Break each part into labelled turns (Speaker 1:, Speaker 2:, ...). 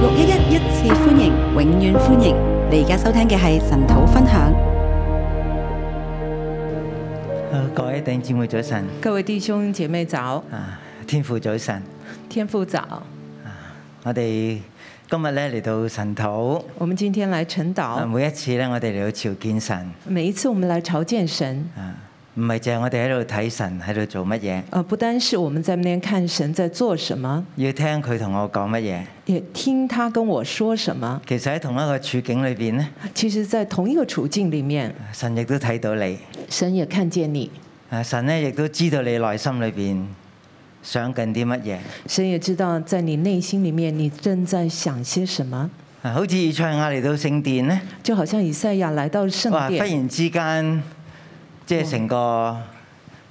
Speaker 1: 六一一一次歡迎，永遠歡迎！你而家收聽嘅係神土分享。
Speaker 2: 啊各位弟兄姊妹早晨，
Speaker 3: 各位弟兄姐妹早，
Speaker 2: 啊天父早晨，
Speaker 3: 天父早。
Speaker 2: 我哋今日咧嚟到神土，
Speaker 3: 我們今天來晨
Speaker 2: 啊
Speaker 3: 禱，
Speaker 2: 每一次咧我哋嚟到朝見神，
Speaker 3: 每一次我們來朝見神，
Speaker 2: 啊唔係淨係我哋喺度睇神喺度做乜嘢，
Speaker 3: 呃，不单是我們在那邊看神在做什麼，
Speaker 2: 要聽佢同我講乜嘢。
Speaker 3: 也聽他跟我說什麼。
Speaker 2: 其實喺同一個處境裏邊咧，
Speaker 3: 其實，在同一個處境裡面，
Speaker 2: 神亦都睇到你，
Speaker 3: 神也看見你，
Speaker 2: 啊神咧亦都知道你內心裏邊想緊啲乜嘢。
Speaker 3: 神也知道在你內心裡面你正在想些什麼。
Speaker 2: 啊好似以賽亞嚟到聖殿咧，
Speaker 3: 就好像以賽亞來到
Speaker 2: 哇！
Speaker 3: 聖
Speaker 2: 忽
Speaker 3: 殿，
Speaker 2: 然之間，即係成個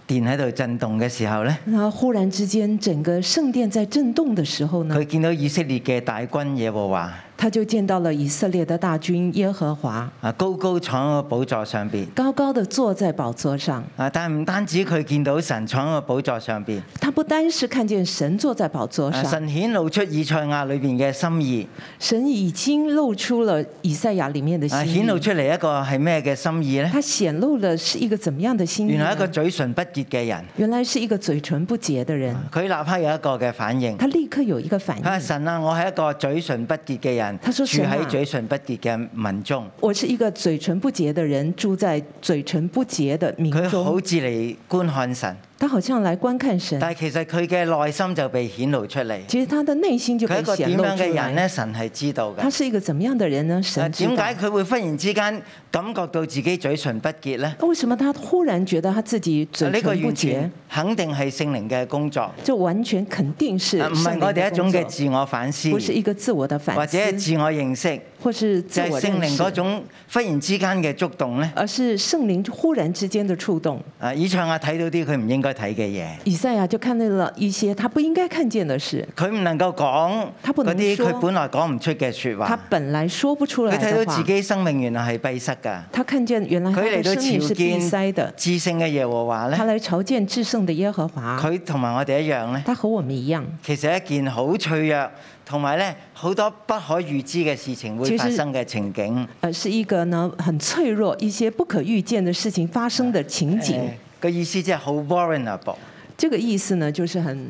Speaker 2: 殿喺度震動嘅時候咧。
Speaker 3: 然後忽然之間，整個聖殿在震動的時候呢
Speaker 2: 佢，見到以色列嘅大軍耶和華
Speaker 3: 他就見到了以色列的大軍耶和華，
Speaker 2: 啊，高高坐喺個寶座上邊
Speaker 3: 高高的坐在寶座上。
Speaker 2: 啊，但係唔單止佢見到神坐喺個寶座上邊，
Speaker 3: 他不单是看見神坐在寶座
Speaker 2: 啊
Speaker 3: 上，
Speaker 2: 神顯露出以賽亞裏邊嘅心意
Speaker 3: 神已經露出了以賽亞裡面的
Speaker 2: 啊，
Speaker 3: 心
Speaker 2: 顯露
Speaker 3: 意。
Speaker 2: 出嚟一個係咩嘅心意呢？
Speaker 3: 他顯露了是一個怎麼樣的心意
Speaker 2: 原
Speaker 3: 呢？
Speaker 2: 來一個嘴唇不潔嘅人，
Speaker 3: 原來是一個嘴唇不潔的人，
Speaker 2: 佢立刻有一個嘅反應。
Speaker 3: 他立刻有一個反
Speaker 2: 佢話
Speaker 3: 應。
Speaker 2: 神啊，我係一個嘴唇不潔嘅人，
Speaker 3: 他說
Speaker 2: 住
Speaker 3: 神啊
Speaker 2: 喺嘴唇不潔嘅民中。
Speaker 3: 我是一個嘴唇不潔的人，住在嘴唇不潔的民
Speaker 2: 佢好
Speaker 3: 中。
Speaker 2: 似嚟觀看神，
Speaker 3: 他好像來觀看神，
Speaker 2: 但係其實佢嘅內心就被顯露出嚟。
Speaker 3: 其實他的內心就
Speaker 2: 佢係
Speaker 3: 被
Speaker 2: 一個
Speaker 3: 顯
Speaker 2: 點
Speaker 3: 露
Speaker 2: 樣嘅
Speaker 3: 出
Speaker 2: 人
Speaker 3: 來。
Speaker 2: 呢？神係知道嘅
Speaker 3: 他。是一個怎麼樣的人呢？
Speaker 2: 啊
Speaker 3: 神知
Speaker 2: 點
Speaker 3: 道
Speaker 2: 解。佢會忽然之間感覺到自己嘴唇不潔呢？
Speaker 3: 為什麼他忽然覺得他自己嘴
Speaker 2: 啊呢個
Speaker 3: 唇不
Speaker 2: 完
Speaker 3: 潔
Speaker 2: 全？肯定係聖靈嘅工作，啊
Speaker 3: 這完全肯定是
Speaker 2: 啊唔係
Speaker 3: 聖靈
Speaker 2: 我哋
Speaker 3: 的
Speaker 2: 一
Speaker 3: 工
Speaker 2: 種
Speaker 3: 作
Speaker 2: 嘅自我反思，
Speaker 3: 不是一個自我的反思，
Speaker 2: 或者係自我認識，
Speaker 3: 或是自
Speaker 2: 就係
Speaker 3: 我
Speaker 2: 聖
Speaker 3: 認
Speaker 2: 靈
Speaker 3: 識，
Speaker 2: 嗰種忽然之間嘅觸動呢。
Speaker 3: 而是聖靈忽然之間的觸動。
Speaker 2: 啊，以賽亞睇到啲佢唔應該睇嘅嘢，
Speaker 3: 以賽亞就看到了一些他不應該看見的事，
Speaker 2: 佢唔能夠講
Speaker 3: 他不
Speaker 2: 嗰
Speaker 3: 能
Speaker 2: 啲
Speaker 3: 說
Speaker 2: 佢本來講唔出嘅説
Speaker 3: 他
Speaker 2: 話。
Speaker 3: 本來說不出
Speaker 2: 佢
Speaker 3: 來
Speaker 2: 睇
Speaker 3: 的
Speaker 2: 到
Speaker 3: 話
Speaker 2: 自。己生命原來係閉塞㗎，
Speaker 3: 他看見原來他
Speaker 2: 佢嚟
Speaker 3: 的
Speaker 2: 到
Speaker 3: 生命
Speaker 2: 朝
Speaker 3: 是閉塞
Speaker 2: 見
Speaker 3: 的，
Speaker 2: 至聖嘅耶和華
Speaker 3: 他
Speaker 2: 呢，
Speaker 3: 來朝見至聖的耶和華，
Speaker 2: 佢同埋我哋一樣呢。
Speaker 3: 他和我們一樣。
Speaker 2: 其實一件好脆弱，同埋咧好多不可預知嘅事情會
Speaker 3: 其實
Speaker 2: 發生嘅情景。
Speaker 3: 呃，是一個呢很脆弱、一些不可預見的事情發生的情景。
Speaker 2: 誒個意思即係好 vulnerable，vulnerable
Speaker 3: 這個意思呢，就是很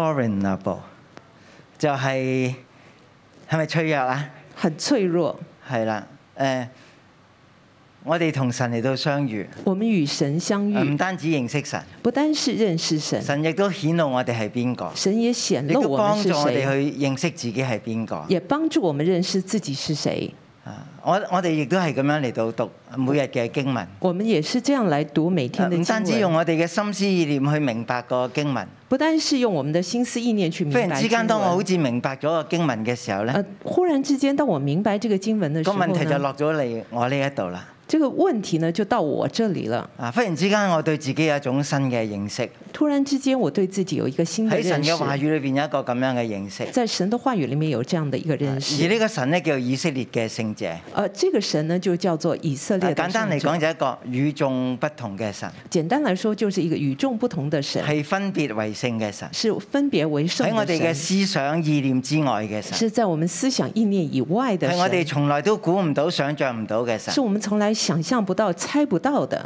Speaker 2: 啊就係係咪脆弱啊？
Speaker 3: 很脆弱。
Speaker 2: 係啦，誒、我哋同神嚟到相遇，
Speaker 3: 我們與神相
Speaker 2: 唔
Speaker 3: 遇，
Speaker 2: 單止認識神，
Speaker 3: 不單是認識神，
Speaker 2: 神亦都顯露我哋係邊個，
Speaker 3: 神也顯
Speaker 2: 亦
Speaker 3: 露
Speaker 2: 都
Speaker 3: 我
Speaker 2: 幫
Speaker 3: 們是
Speaker 2: 助我哋
Speaker 3: 誰。
Speaker 2: 去認識自己係邊個。
Speaker 3: 也幫助我們認識自己是誰。
Speaker 2: 啊我我哋亦都係咁樣嚟到讀每日嘅經文，
Speaker 3: 我們也是這樣來讀每天的
Speaker 2: 唔單
Speaker 3: 經
Speaker 2: 止用
Speaker 3: 文，
Speaker 2: 我哋嘅心思意念去明白個經文。
Speaker 3: 不單是用我們的心思意念去明
Speaker 2: 忽然
Speaker 3: 白
Speaker 2: 之
Speaker 3: 經文。
Speaker 2: 間，當我好似明白咗個經文嘅時候呢
Speaker 3: 呃，忽然之間，當我明白這個經文的時
Speaker 2: 個
Speaker 3: 候呢，
Speaker 2: 問題就落咗嚟我呢一度啦。
Speaker 3: 這個問題呢就到我這裡了。
Speaker 2: 啊！忽然之間，我對自己有一種新嘅認識，
Speaker 3: 突然之間，我對自己有一個新的
Speaker 2: 喺神
Speaker 3: 認
Speaker 2: 嘅話語
Speaker 3: 識，
Speaker 2: 裏邊有一個咁樣嘅認識。
Speaker 3: 在神的話語裡面有這樣的一個認
Speaker 2: 而
Speaker 3: 識。
Speaker 2: 呢個神呢，叫啊以色列嘅聖者。啊
Speaker 3: 呃，這個神呢就叫做以色列的
Speaker 2: 簡啊單嚟
Speaker 3: 聖者。
Speaker 2: 講，就一個與眾不同嘅神，
Speaker 3: 簡單來說，就是一個與眾不同的神，
Speaker 2: 係分別為聖嘅神，
Speaker 3: 是分別為聖
Speaker 2: 喺我
Speaker 3: 的
Speaker 2: 哋嘅
Speaker 3: 神，
Speaker 2: 思想意念之外嘅神，
Speaker 3: 是在我們思想意念以外的
Speaker 2: 係我哋
Speaker 3: 神。
Speaker 2: 從來都估唔到、想像唔到嘅神
Speaker 3: 是。我們從來想象不到、猜不到的。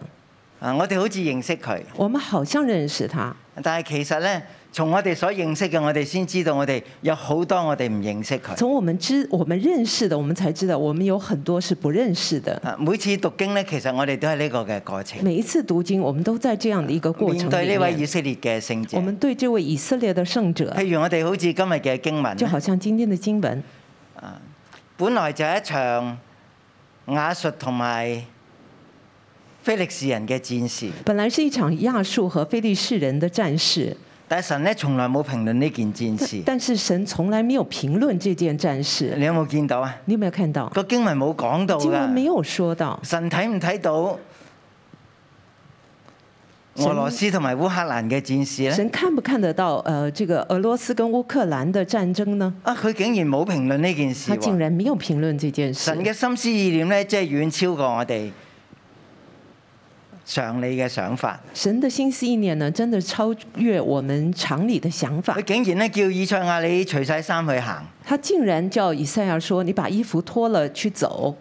Speaker 2: 啊！我哋好似認識佢，
Speaker 3: 我們好像認識他，
Speaker 2: 但係其實呢，從我哋所認識嘅，我哋先知道我哋有好多我哋唔認識佢。
Speaker 3: 從我們知、我們認識的，我們才知道我們有很多是不認識的。
Speaker 2: 啊每次讀經咧，其實我哋都係呢個嘅過程。
Speaker 3: 每一次讀經，我們都在這樣的一個過
Speaker 2: 面
Speaker 3: 程
Speaker 2: 對
Speaker 3: 裡
Speaker 2: 呢位以
Speaker 3: 面。
Speaker 2: 色列嘅聖者
Speaker 3: 我，們對這位以色列的聖者，
Speaker 2: 譬如我哋好似今日嘅經文
Speaker 3: 就
Speaker 2: 咧，
Speaker 3: 好像今天的經文，
Speaker 2: 本來就係一場亞述同埋非利士人嘅戰事，
Speaker 3: 本來是一場亞述和非利士人的戰事，
Speaker 2: 但係神咧從來冇評論呢件戰事。
Speaker 3: 但是神從來沒有評論這件戰事。
Speaker 2: 你有冇見到啊？
Speaker 3: 你有沒有看到？
Speaker 2: 個經文冇講到
Speaker 3: 經文沒
Speaker 2: 㗎。
Speaker 3: 有說到，
Speaker 2: 神睇唔睇到
Speaker 3: 神
Speaker 2: 俄羅斯同埋烏克蘭嘅戰事咧？
Speaker 3: 神看不看得到？呃，這個俄羅斯跟烏克蘭的戰爭呢？
Speaker 2: 啊！佢竟然冇評論呢件事
Speaker 3: 他竟
Speaker 2: 喎。
Speaker 3: 然沒有評論這件事
Speaker 2: 神。嘅心思意念咧，即係遠超過我哋常理嘅想法。
Speaker 3: 神的心思意念呢，真的超越我们常理的想法
Speaker 2: 佢。竟然咧叫以賽亞你除晒衫去啊行，
Speaker 3: 他竟然叫以赛亚说：“你把衣服脱了去走。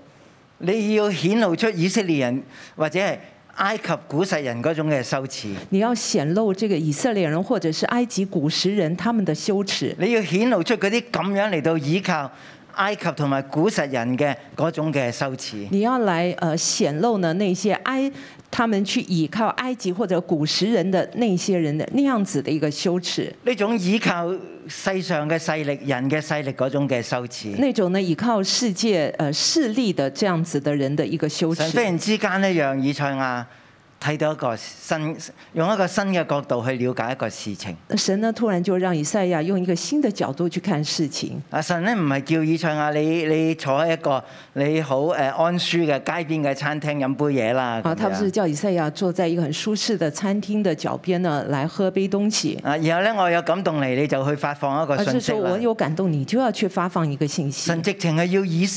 Speaker 2: 你要顯露出以色列人或者係埃及古實人嗰種嘅羞恥，”
Speaker 3: 你要显露这个以色列人或者是埃及古时人他们的羞耻，
Speaker 2: 你要顯露出嗰啲咁樣嚟到倚靠埃及同埋古實人嘅嗰種嘅羞恥。
Speaker 3: 你要来呃显露呢那些埃他们去倚靠埃及或者古时人的那些人的那样子的一个羞耻，
Speaker 2: 呢種倚靠世上嘅勢力、人嘅勢力嗰種嘅羞恥，
Speaker 3: 那种呢倚靠世界呃势力的这样子的人的一个羞
Speaker 2: 神忽
Speaker 3: 耻。
Speaker 2: 然之間咧，讓以賽亞睇到一個新，用一個新嘅角度去了解一個事情。
Speaker 3: 神呢突然就让以赛亚用一个新的角度去看事情。
Speaker 2: 啊！神咧唔係叫以賽亞你你坐喺一個你好誒安舒嘅街邊嘅餐廳飲杯嘢啦。
Speaker 3: 啊，
Speaker 2: 咁
Speaker 3: 他不是
Speaker 2: 樣
Speaker 3: 叫以赛亚坐在一个很舒适的餐厅的脚边呢，来喝杯东西，
Speaker 2: 啊！然後咧，我有感動嚟，你就去發放一個
Speaker 3: 啊而是
Speaker 2: 信息
Speaker 3: 说我
Speaker 2: 啦。
Speaker 3: 有感动，你就要去发放一个信息
Speaker 2: 神。直情係要以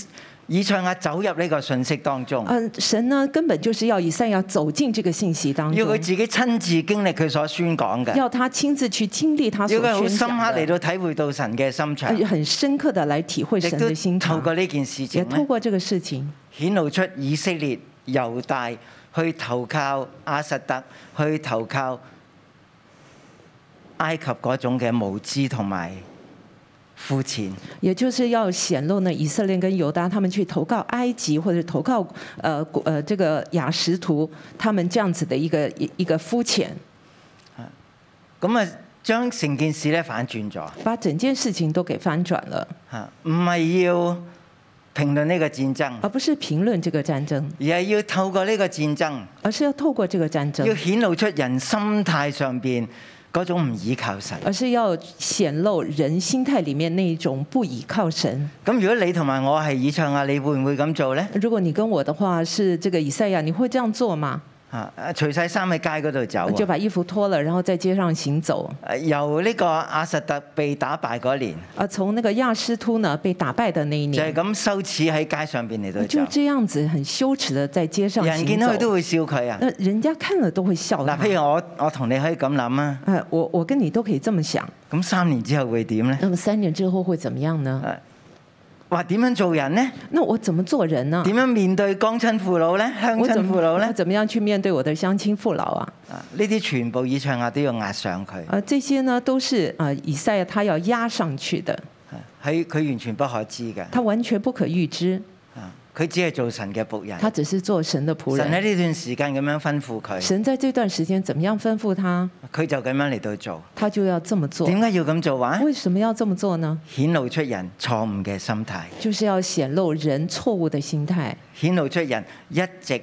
Speaker 2: 以賽亞走入呢個信息當中，
Speaker 3: 嗯、神呢根本就是要以赛亚走进这个信息当
Speaker 2: 要佢
Speaker 3: 中，
Speaker 2: 自己親自經歷佢所宣講嘅，
Speaker 3: 要他亲自去经历他所
Speaker 2: 要佢好
Speaker 3: 宣
Speaker 2: 深刻
Speaker 3: 讲
Speaker 2: 嚟
Speaker 3: 的，
Speaker 2: 到體會到神嘅心腸
Speaker 3: 而，很深刻的来体会
Speaker 2: 亦
Speaker 3: 神的心
Speaker 2: 都透
Speaker 3: 肠，
Speaker 2: 過呢件事
Speaker 3: 也
Speaker 2: 情
Speaker 3: 透
Speaker 2: 咧，
Speaker 3: 过这个事情
Speaker 2: 顯露出以色列猶大去投靠亞實特，去投靠埃及嗰種嘅無知同埋膚淺。
Speaker 3: 也就是要显露呢，以色列跟犹大他们去投靠埃及或者投靠呃古呃这个雅什图，他们这样子的一个一一个肤浅，
Speaker 2: 咁啊，將成件事咧反轉咗啊
Speaker 3: 把整件事情都给翻转了，
Speaker 2: 嚇，唔係要評論呢個戰爭，
Speaker 3: 而不是评论这个战争，
Speaker 2: 而係要透過呢個戰爭，
Speaker 3: 而是要透过这个战
Speaker 2: 要
Speaker 3: 争，
Speaker 2: 顯露出人心態上邊嗰種唔倚靠神。
Speaker 3: 而是要显露人心态里面那一种不倚靠神。
Speaker 2: 咁如果你同埋我係以唱啊，你會唔會咁做呢？
Speaker 3: 如果你跟我的话是这个以赛亚，你会这样做吗？呃
Speaker 2: 嚇，啊除晒衫喺街嗰度走
Speaker 3: 就
Speaker 2: 啊！
Speaker 3: 把衣服脱了，然后在街上行走。
Speaker 2: 誒由呢個阿實特被打敗嗰年，
Speaker 3: 啊，从那个亚斯突呢被打败的那一
Speaker 2: 就係
Speaker 3: 年，呃
Speaker 2: 咁羞恥喺街上邊嚟到
Speaker 3: 就
Speaker 2: 走，
Speaker 3: 这样子很羞耻的在街上
Speaker 2: 人
Speaker 3: 行
Speaker 2: 見到佢都
Speaker 3: 走。呃
Speaker 2: 會笑佢啊！
Speaker 3: 那人家看了都会笑
Speaker 2: 嗱，
Speaker 3: 他。
Speaker 2: 譬如我我同你可以咁諗啊，
Speaker 3: 哎，我我跟你都可以这么想。
Speaker 2: 咁三年之後會點呢？呃
Speaker 3: 那么三年之后会怎么样呢？
Speaker 2: 話點樣做人呢？
Speaker 3: 那我怎么做人呢？
Speaker 2: 點樣面對江親父老呢？鄉
Speaker 3: 我怎
Speaker 2: 親
Speaker 3: 么
Speaker 2: 父老
Speaker 3: 我
Speaker 2: 呢？
Speaker 3: 怎么样去面对我的鄉親父老啊？
Speaker 2: 啊呢啲全部以唱啊都要壓上佢，
Speaker 3: 呃，这些呢都是呃以赛亚他要压上去的，
Speaker 2: 喺佢完全不可知嘅，
Speaker 3: 他完全不可预知，
Speaker 2: 啊佢只係做神嘅仆人。
Speaker 3: 他只是做神的仆
Speaker 2: 啊神喺
Speaker 3: 人。
Speaker 2: 呢段時間咁樣吩咐佢，
Speaker 3: 神在这段时间怎么样吩咐他，
Speaker 2: 佢就咁樣嚟到做。
Speaker 3: 他就要这么做。
Speaker 2: 點解要咁做話？
Speaker 3: 为什么要这么做呢？
Speaker 2: 顯露出人錯誤嘅心態。
Speaker 3: 就是要显露人错误的心态。
Speaker 2: 顯露出人一直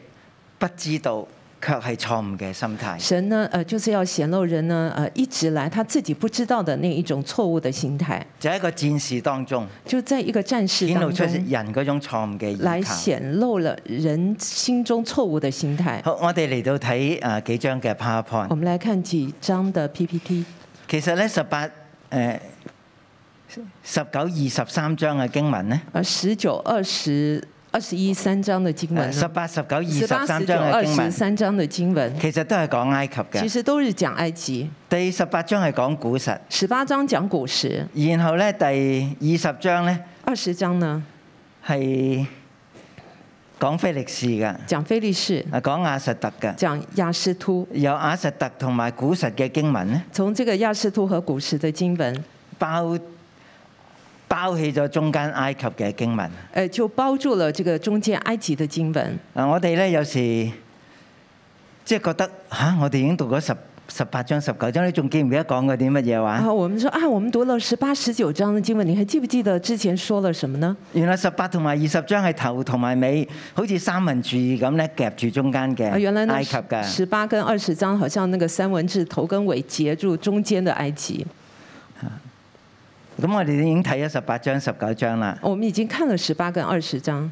Speaker 2: 不知道卻係錯誤嘅心態。
Speaker 3: 神呢，呃，就是要显露人呢，呃，一直来他自己不知道的那一种错误的心态，
Speaker 2: 就喺一個戰事當中，
Speaker 3: 就在一个战事
Speaker 2: 顯露
Speaker 3: 当
Speaker 2: 出
Speaker 3: 中
Speaker 2: 人嗰種錯誤嘅
Speaker 3: 来
Speaker 2: 意求。
Speaker 3: 显露了人心中错误的心态。
Speaker 2: 好，我哋嚟到睇呃誒幾張嘅 PowerPoint
Speaker 3: 我。们来看几张的 PPT。
Speaker 2: 其實咧，十八誒十九二十三章嘅經文咧，
Speaker 3: 而呃十九、二十、二十一三章的经文
Speaker 2: 呃十
Speaker 3: 呢，
Speaker 2: 八十九二十
Speaker 3: 十八、
Speaker 2: 三
Speaker 3: 十
Speaker 2: 章
Speaker 3: 九、二
Speaker 2: 嘅經
Speaker 3: 十
Speaker 2: 文，
Speaker 3: 三章的经文，
Speaker 2: 其實都係講埃及
Speaker 3: 其
Speaker 2: 嘅。
Speaker 3: 实都是讲埃及。
Speaker 2: 第十八章係講古實，
Speaker 3: 十八章讲果实，
Speaker 2: 然後咧第二十章咧
Speaker 3: 二十章呢
Speaker 2: 係講菲力士嘅，啊
Speaker 3: 讲菲利士，
Speaker 2: 講亞實特嘅。
Speaker 3: 讲亚斯突。
Speaker 2: 有亞實特同埋古實嘅經文咧，
Speaker 3: 从这个亚斯突和古时的经文，
Speaker 2: 包包起咗中間埃及嘅經文。
Speaker 3: 呃，就包住了这个中间埃及的经文。
Speaker 2: 嗱，啊我哋咧有時即係覺得吓、我哋已經讀咗十十八章、十九章，你仲記唔記得講過啲乜嘢
Speaker 3: 然
Speaker 2: 話？
Speaker 3: 后我们说啊，我们读了十八、十九章的经文，你还记不记得之前说了什么呢？
Speaker 2: 原來十八同埋二十章係頭同埋尾，好似三文治咁咧夾住中間嘅
Speaker 3: 啊，原来呢
Speaker 2: 埃及㗎。
Speaker 3: 十八跟二十章好像那个三文治头跟尾截住中间的埃及。
Speaker 2: 咁我哋已經睇咗十八章、十九章啦。
Speaker 3: 我们已经看了十八跟二十章，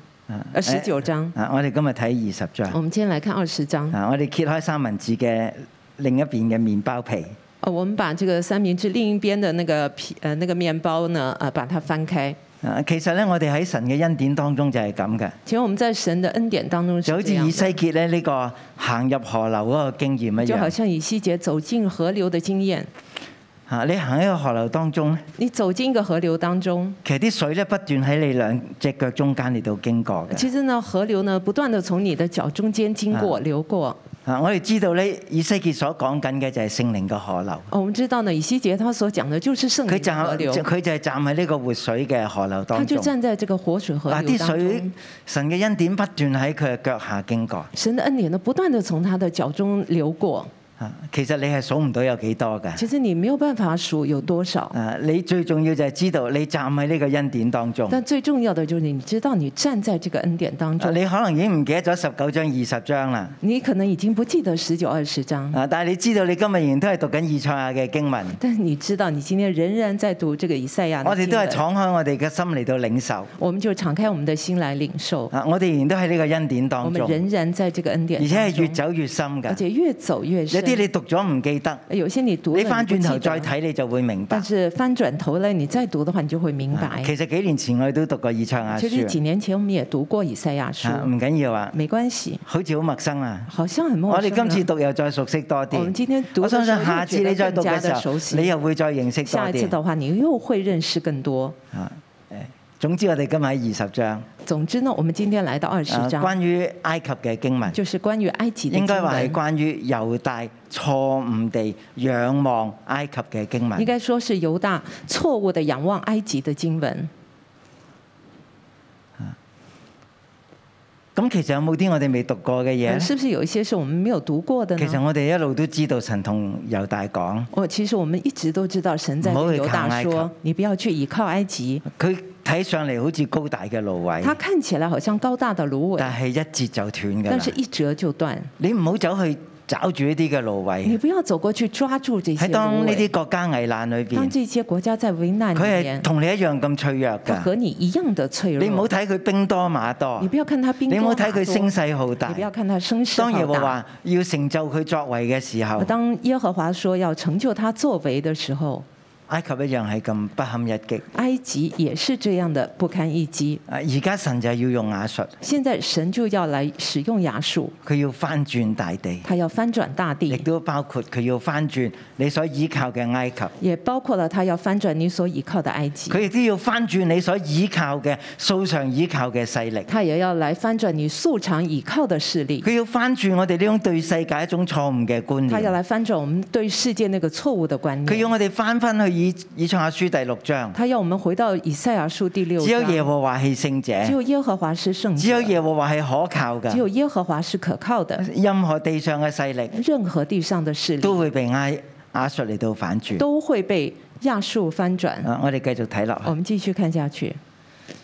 Speaker 3: 呃，十九章。
Speaker 2: 啊，我哋今日睇二十章。
Speaker 3: 我们今天来看二十章。
Speaker 2: 啊，我哋揭開三文治嘅另一邊嘅麵包皮。
Speaker 3: 啊啊呃，我们把这个三明治另一边的那个皮呃那个面包呢，呃，把它翻开。
Speaker 2: 啊，其實咧，我哋喺神嘅恩典當中就係咁嘅，
Speaker 3: 其实我们在神的恩典当中是
Speaker 2: 就好似
Speaker 3: 这样
Speaker 2: 以
Speaker 3: 的
Speaker 2: 西結咧呢個行入河流嗰個經驗一
Speaker 3: 就好
Speaker 2: 樣。
Speaker 3: 像以西结走进河流的經驗，
Speaker 2: 嚇，啊你行喺個河流當中咧，
Speaker 3: 你走进一個河流當中，
Speaker 2: 其實啲水咧不斷喺你兩隻腳中間嚟到經過嘅。
Speaker 3: 其實呢，河流呢不斷的從你的腳中間經過、流過。
Speaker 2: 啊，我哋知道咧，以西結所講緊嘅就係聖靈嘅河流，
Speaker 3: 哦我們知道呢，以西结他所講的就是聖
Speaker 2: 佢
Speaker 3: 靈的
Speaker 2: 站
Speaker 3: 河流，
Speaker 2: 佢就係站喺呢個活水嘅河流
Speaker 3: 他
Speaker 2: 當
Speaker 3: 就
Speaker 2: 中。
Speaker 3: 站在這個活水河
Speaker 2: 嗱，
Speaker 3: 流
Speaker 2: 啲
Speaker 3: 當
Speaker 2: 水
Speaker 3: 中。
Speaker 2: 神嘅恩典不斷喺佢嘅腳下經過。
Speaker 3: 神的恩典呢，不斷的從他的腳中流過。
Speaker 2: 啊，其實你係數唔到有幾多㗎。
Speaker 3: 其實你沒有辦法數有多少，
Speaker 2: 啊，你最重要就係知道你站喺呢個恩典當中。
Speaker 3: 但最重要的就是你知道你站在這個恩典當
Speaker 2: 啊
Speaker 3: 中。
Speaker 2: 你可能已經唔記得咗十九章、二十章啦。
Speaker 3: 你可能已經不記得十九二十章，
Speaker 2: 啊，但係你知道你今日仍然都係讀緊以賽亞嘅經文，
Speaker 3: 但是你知道你今天仍然在讀這個以賽亞的
Speaker 2: 我哋都係
Speaker 3: 經文
Speaker 2: 敞開我哋嘅心嚟到領受。
Speaker 3: 我们就敞开我们的心來領受，
Speaker 2: 啊，我哋仍然都喺呢個恩典
Speaker 3: 我
Speaker 2: 當
Speaker 3: 們
Speaker 2: 中，
Speaker 3: 仍然在這個恩典
Speaker 2: 而且
Speaker 3: 當
Speaker 2: 係越
Speaker 3: 中，
Speaker 2: 走越深
Speaker 3: 而
Speaker 2: 㗎。
Speaker 3: 且越走越
Speaker 2: 有
Speaker 3: 深。
Speaker 2: 啲你讀咗唔記得，
Speaker 3: 有些你讀了
Speaker 2: 你翻
Speaker 3: 不
Speaker 2: 轉
Speaker 3: 記
Speaker 2: 頭
Speaker 3: 得
Speaker 2: 再，睇你就會明白
Speaker 3: 但。是翻轉頭來你再讀的話，你就會明
Speaker 2: 啊
Speaker 3: 白。
Speaker 2: 其實幾年前我哋都讀過以賽亞
Speaker 3: 其實幾
Speaker 2: 書，
Speaker 3: 年前我們也讀過以賽亞
Speaker 2: 啊
Speaker 3: 書，
Speaker 2: 唔緊要啊，
Speaker 3: 沒關係，
Speaker 2: 好似好陌生啊。
Speaker 3: 好像很陌
Speaker 2: 我
Speaker 3: 生
Speaker 2: 哋
Speaker 3: 啊。
Speaker 2: 今次讀又再熟悉多
Speaker 3: 我們今
Speaker 2: 啲，
Speaker 3: 天讀
Speaker 2: 我
Speaker 3: 的時候
Speaker 2: 相信下
Speaker 3: 又
Speaker 2: 次
Speaker 3: 覺
Speaker 2: 你
Speaker 3: 得
Speaker 2: 再
Speaker 3: 更
Speaker 2: 讀
Speaker 3: 加
Speaker 2: 嘅時
Speaker 3: 的熟悉。
Speaker 2: 候，你又會再認識多
Speaker 3: 下一次
Speaker 2: 啲。
Speaker 3: 的話，你又會認識更多。
Speaker 2: 啊，誒，總之我哋今日喺二十章，
Speaker 3: 總之呢，我們今天來到二十
Speaker 2: 啊
Speaker 3: 章，
Speaker 2: 關於埃及嘅經文，
Speaker 3: 就是關於埃及的
Speaker 2: 應
Speaker 3: 經
Speaker 2: 該話係
Speaker 3: 文。
Speaker 2: 關於猶大錯誤地仰望埃及嘅經
Speaker 3: 應
Speaker 2: 文。
Speaker 3: 該說是猶大錯誤的仰望埃及的經文。
Speaker 2: 咁其實有冇啲我哋未讀過嘅嘢
Speaker 3: 呃
Speaker 2: 呢
Speaker 3: 是不是有一些是我們沒有讀過的
Speaker 2: 其實
Speaker 3: 呢？
Speaker 2: 我哋一路都知道神同猶大講，
Speaker 3: 我其實我們一直都知道神在
Speaker 2: 唔
Speaker 3: 跟
Speaker 2: 好去
Speaker 3: 猶
Speaker 2: 靠埃
Speaker 3: 大
Speaker 2: 及
Speaker 3: 說：“你不要去倚靠埃及。
Speaker 2: 佢睇上嚟好似高大嘅蘆”
Speaker 3: 它
Speaker 2: 葦，
Speaker 3: 看起來好像高大的蘆葦，
Speaker 2: 但係一截就斷㗎
Speaker 3: 但是
Speaker 2: 啦。
Speaker 3: 一折就斷。
Speaker 2: 你唔好走去找住呢啲嘅蘆
Speaker 3: 你
Speaker 2: 葦。
Speaker 3: 不要走過去抓住這些
Speaker 2: 喺
Speaker 3: 蘆
Speaker 2: 當呢
Speaker 3: 葦。
Speaker 2: 啲國家危難裏
Speaker 3: 當
Speaker 2: 邊，
Speaker 3: 這些國家在危難裡
Speaker 2: 佢係
Speaker 3: 面，
Speaker 2: 同你一樣咁脆弱
Speaker 3: 它
Speaker 2: 㗎。
Speaker 3: 和你一樣的脆弱。
Speaker 2: 你唔好睇佢兵多馬多
Speaker 3: 你，不要看它兵
Speaker 2: 你
Speaker 3: 多
Speaker 2: 唔好睇
Speaker 3: 馬
Speaker 2: 佢
Speaker 3: 多
Speaker 2: 聲勢浩大
Speaker 3: 你不。要看它聲勢
Speaker 2: 當耶
Speaker 3: 浩
Speaker 2: 和
Speaker 3: 大。
Speaker 2: 華要成就佢作為嘅時候，
Speaker 3: 當耶和華說要成就他作為的時候，
Speaker 2: 埃及一樣係咁不堪一擊。
Speaker 3: 埃及也是這樣的不堪一擊。
Speaker 2: 啊而家神就係要用雅術，
Speaker 3: 現在神就要來使用亞述，
Speaker 2: 佢要翻轉大地，
Speaker 3: 他要翻轉大
Speaker 2: 亦
Speaker 3: 地，
Speaker 2: 都包括佢要翻轉你所依靠嘅埃及，
Speaker 3: 也包括了他要翻轉你所倚靠的埃及，
Speaker 2: 佢亦都要翻轉你所依靠嘅素常依靠嘅勢力，
Speaker 3: 他也要來翻轉你素常倚靠的勢力，
Speaker 2: 佢要翻轉我哋呢種對世界一種錯誤嘅觀
Speaker 3: 他要
Speaker 2: 念。
Speaker 3: 來翻轉我們對世界那個錯誤的觀
Speaker 2: 佢
Speaker 3: 念。
Speaker 2: 要我哋翻翻去以以賽亞書第六章，
Speaker 3: 他要我們回到以賽亞書第六
Speaker 2: 只有耶
Speaker 3: 章，
Speaker 2: 和華係聖
Speaker 3: 只
Speaker 2: 者，
Speaker 3: 有耶和華是聖
Speaker 2: 只有
Speaker 3: 者，
Speaker 2: 耶和華係可靠
Speaker 3: 只
Speaker 2: 嘅，
Speaker 3: 有耶和華是可靠的，
Speaker 2: 任何地上嘅勢力
Speaker 3: 任何地上的勢力
Speaker 2: 都會被埃亞述嚟到反轉。
Speaker 3: 都會被亞述翻轉。
Speaker 2: 啊，我哋繼續睇落
Speaker 3: 我們繼續看下去，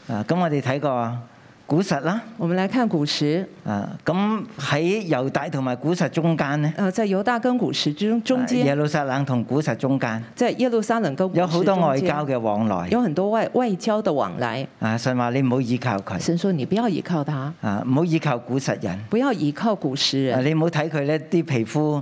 Speaker 2: 去。啊，咁我哋睇過古實啦。
Speaker 3: 我們來看古時，
Speaker 2: 啊，咁喺猶大同埋古實中間呢，
Speaker 3: 呃，在猶大跟古時之中中
Speaker 2: 啊耶
Speaker 3: 間，
Speaker 2: 路撒冷同古實中間
Speaker 3: 在耶路撒冷跟古
Speaker 2: 有
Speaker 3: 時
Speaker 2: 好
Speaker 3: 中
Speaker 2: 多外
Speaker 3: 間
Speaker 2: 交嘅往來。
Speaker 3: 有很多外外交的往來。
Speaker 2: 啊，神話你唔好依靠佢，
Speaker 3: 神說：你不要依靠他，
Speaker 2: 啊，唔好依靠古實人，
Speaker 3: 不要依靠古時
Speaker 2: 啊，
Speaker 3: 人，
Speaker 2: 你唔好睇佢呢啲皮膚。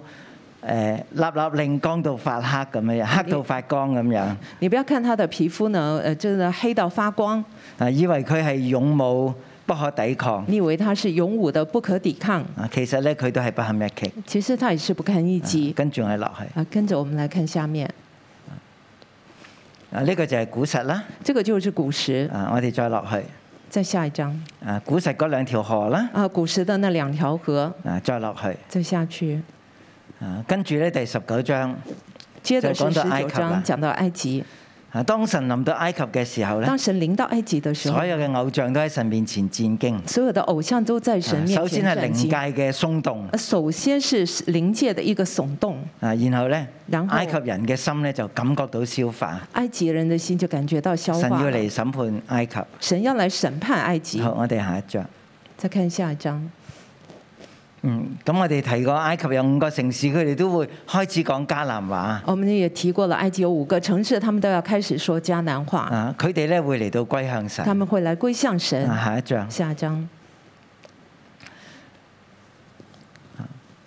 Speaker 2: 誒立立令光到發黑咁樣，黑到發光咁樣，
Speaker 3: 啊你不要看他的皮膚呢，呃，真的黑到發光。
Speaker 2: 啊以為佢係勇武不可抵抗，
Speaker 3: 你以為他是勇武的不可抵抗，
Speaker 2: 啊其實咧佢都係不堪一擊。
Speaker 3: 其實他也是不堪一擊。
Speaker 2: 跟住我哋落去，
Speaker 3: 啊，跟着我們來看下面，
Speaker 2: 啊呢個就係古實啦，
Speaker 3: 這個就是古時，
Speaker 2: 啊我哋再落去，
Speaker 3: 再下一章
Speaker 2: 啊古實嗰兩條河啦，
Speaker 3: 啊，古時的那兩條河，
Speaker 2: 啊再落去。
Speaker 3: 再下去，
Speaker 2: 啊，跟住咧第十九章，
Speaker 3: 接着是
Speaker 2: 就
Speaker 3: 十
Speaker 2: 講到埃
Speaker 3: 九
Speaker 2: 及啦
Speaker 3: 章，講到埃及。
Speaker 2: 啊，當神臨到埃及嘅時候咧，
Speaker 3: 當神臨到埃及的時候
Speaker 2: 所，有嘅偶像都喺神面前戰驚。
Speaker 3: 所有的偶像都在神
Speaker 2: 啊
Speaker 3: 面
Speaker 2: 首
Speaker 3: 前
Speaker 2: 先係靈
Speaker 3: 戰驚。
Speaker 2: 界嘅鬆動，
Speaker 3: 呃首先是靈界的一個聳動，
Speaker 2: 啊，然後咧
Speaker 3: 然，後
Speaker 2: 埃及人嘅心咧就感覺到消化，
Speaker 3: 埃及人的心就感覺到消
Speaker 2: 神
Speaker 3: 化
Speaker 2: 要
Speaker 3: 了。
Speaker 2: 嚟審判埃及。
Speaker 3: 神要來審判埃及。
Speaker 2: 好，我哋下一章。
Speaker 3: 再看下一章，
Speaker 2: 嗯，咁我哋提過埃及有五個城市，佢哋都會開始講迦南話。
Speaker 3: 我們也提過了，埃及有五個城市，他們都要開始說迦南話，
Speaker 2: 啊，佢哋咧會嚟到歸向神。
Speaker 3: 他
Speaker 2: 啊，
Speaker 3: 們會來歸向神。
Speaker 2: 下一章。
Speaker 3: 下一章，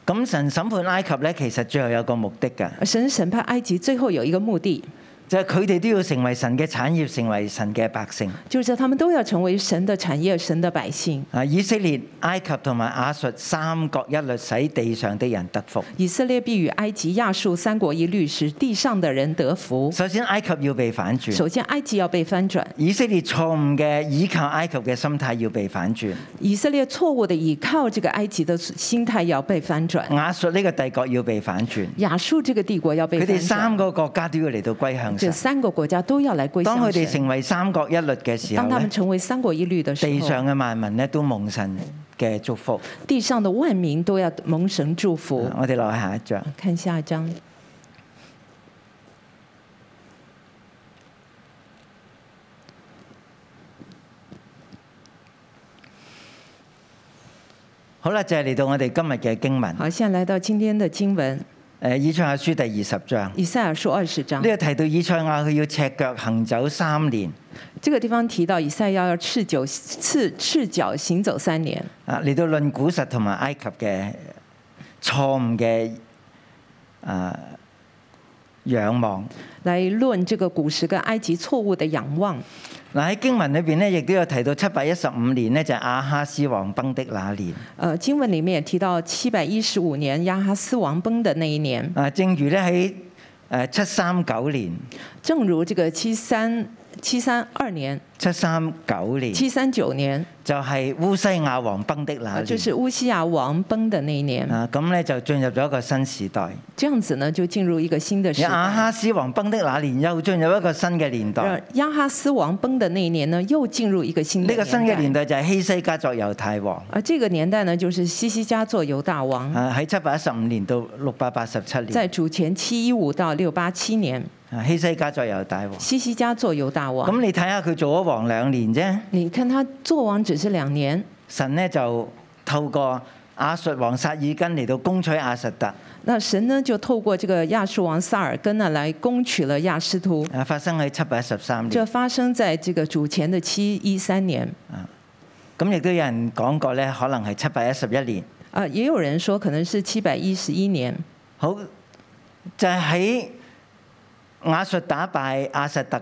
Speaker 2: 咁神審判埃及咧，其實最後有個目的㗎。
Speaker 3: 神審判埃及最後有一個目的，
Speaker 2: 就係佢哋都要成為神嘅產業，成為神嘅百姓。
Speaker 3: 就是他们都要成为神的产业、神的百姓。
Speaker 2: 啊！以色列、埃及同埋亞述三國一律使地上的人得福。
Speaker 3: 以色列必与埃及、亚述三国一律，使地上的人得福。
Speaker 2: 首先，埃及要被反轉。
Speaker 3: 首先，埃及要被翻转，
Speaker 2: 以色列錯誤嘅倚靠埃及嘅心態要被反轉，
Speaker 3: 以色列错误的倚靠这个埃及的心态要被翻转，
Speaker 2: 亞述呢個帝國要被反轉，
Speaker 3: 亚述这个帝国要被
Speaker 2: 佢
Speaker 3: 翻
Speaker 2: 哋
Speaker 3: 转
Speaker 2: 三。個國家都要嚟到歸向
Speaker 3: 这
Speaker 2: 神。
Speaker 3: 三个国家都要来归
Speaker 2: 當佢
Speaker 3: 向
Speaker 2: 哋
Speaker 3: 神。
Speaker 2: 成為三國一律嘅時候
Speaker 3: 当他
Speaker 2: 咧
Speaker 3: 们，成为三国一律的时候，
Speaker 2: 地上嘅萬民咧都蒙神嘅祝福。啊
Speaker 3: 地上的万民都要蒙神祝福。
Speaker 2: 我哋落去下一章。
Speaker 3: 看下一章，
Speaker 2: 好啦，就係嚟到我哋今日嘅經文，誒、
Speaker 3: 好，现在来到今天的經文，
Speaker 2: 以賽亞書第二十章。
Speaker 3: 以赛亚书二十章
Speaker 2: 呢。個提到以賽亞佢要赤腳行走三年，
Speaker 3: 这个地方提到以赛亚要赤脚赤赤脚行走三年，
Speaker 2: 啊嚟到論古實同埋埃及嘅錯誤嘅啊仰望。
Speaker 3: 来论这个古时跟埃及错误的仰望。
Speaker 2: 嗱喺經文裏邊咧，亦都有提到七百一十五年呢，就係亞哈斯王崩的那年。
Speaker 3: 呃，经文里面也提到七百一十五年亚哈斯王崩的那一年，
Speaker 2: 啊，正如咧喺誒呃七三九年、
Speaker 3: 正如这个七三七三二年、
Speaker 2: 七三九年，
Speaker 3: 七三九年，
Speaker 2: 就係烏西亞王崩的那
Speaker 3: 呃，就
Speaker 2: 年。
Speaker 3: 是乌西亚王崩的那一年。
Speaker 2: 啊，咁咧就進入咗一個新時代。
Speaker 3: 这样子呢，就进入一个新的
Speaker 2: 而
Speaker 3: 时
Speaker 2: 亞
Speaker 3: 代。
Speaker 2: 哈斯王崩的那年，又進入一個新嘅年代
Speaker 3: 让。亚哈斯王崩的那一年呢，又进入一个新的
Speaker 2: 呢個新嘅年
Speaker 3: 代。
Speaker 2: 代就係希西家作猶太王，
Speaker 3: 而这个年代呢，就是西西家做犹大王，
Speaker 2: 啊喺七百一十五年到六百八十七
Speaker 3: 嗯在
Speaker 2: 年，
Speaker 3: 主前七一五到六八七年，
Speaker 2: 啊希西家作猶大王。
Speaker 3: 西西家做犹大王。
Speaker 2: 咁你睇下佢做咗王兩年啫，
Speaker 3: 你看他做王只是两年，
Speaker 2: 神呢就透過亞述王撒爾根嚟到攻取亞實特，
Speaker 3: 那神呢就透过这个亚述王萨尔根呢来攻取了亚斯图。
Speaker 2: 啊發生喺七百一十三
Speaker 3: 这
Speaker 2: 年。
Speaker 3: 发生在这个主前的七一三年，
Speaker 2: 咁亦都有人講過呢，可能係七百一十一年。
Speaker 3: 啊、也有人说可能是七百一十一年。
Speaker 2: 好，就係喺亞述打敗亞實特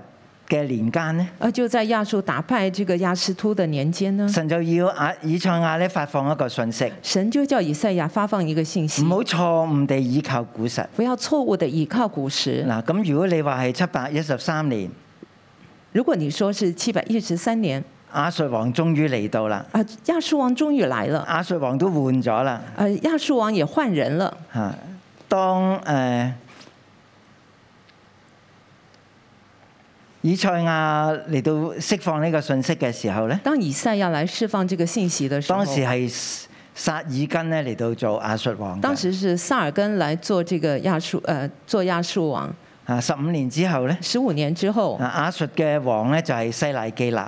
Speaker 2: 嘅年間呢，
Speaker 3: 呃，就在亚述打败这个亚斯突的年间呢，
Speaker 2: 神就要亞以賽亞呢發放一個信息，
Speaker 3: 神就叫以赛亚发放一个信息
Speaker 2: 唔，好錯誤地倚靠古實。
Speaker 3: 不要错误的倚靠古时。
Speaker 2: 嗱，咁如果你話係七百一十三年，
Speaker 3: 如果你说是七百一十三年，
Speaker 2: 亞述王終於嚟到啦，
Speaker 3: 啊，亚述王终于来了，
Speaker 2: 亞述王都換咗啦，
Speaker 3: 呃，亚述王也换人了。
Speaker 2: 嚇。當誒、呃以賽亞嚟到釋放呢個信息嘅時候咧，
Speaker 3: 当以赛亚来释放这个信息的时候
Speaker 2: 當，時係撒爾根咧嚟到做亞述王嘅。
Speaker 3: 当時是萨尔根来做这个亚述，呃，做亚述王。
Speaker 2: 啊，十五年之後咧，
Speaker 3: 十五年之后，
Speaker 2: 啊亞述嘅王咧就係西乃基立，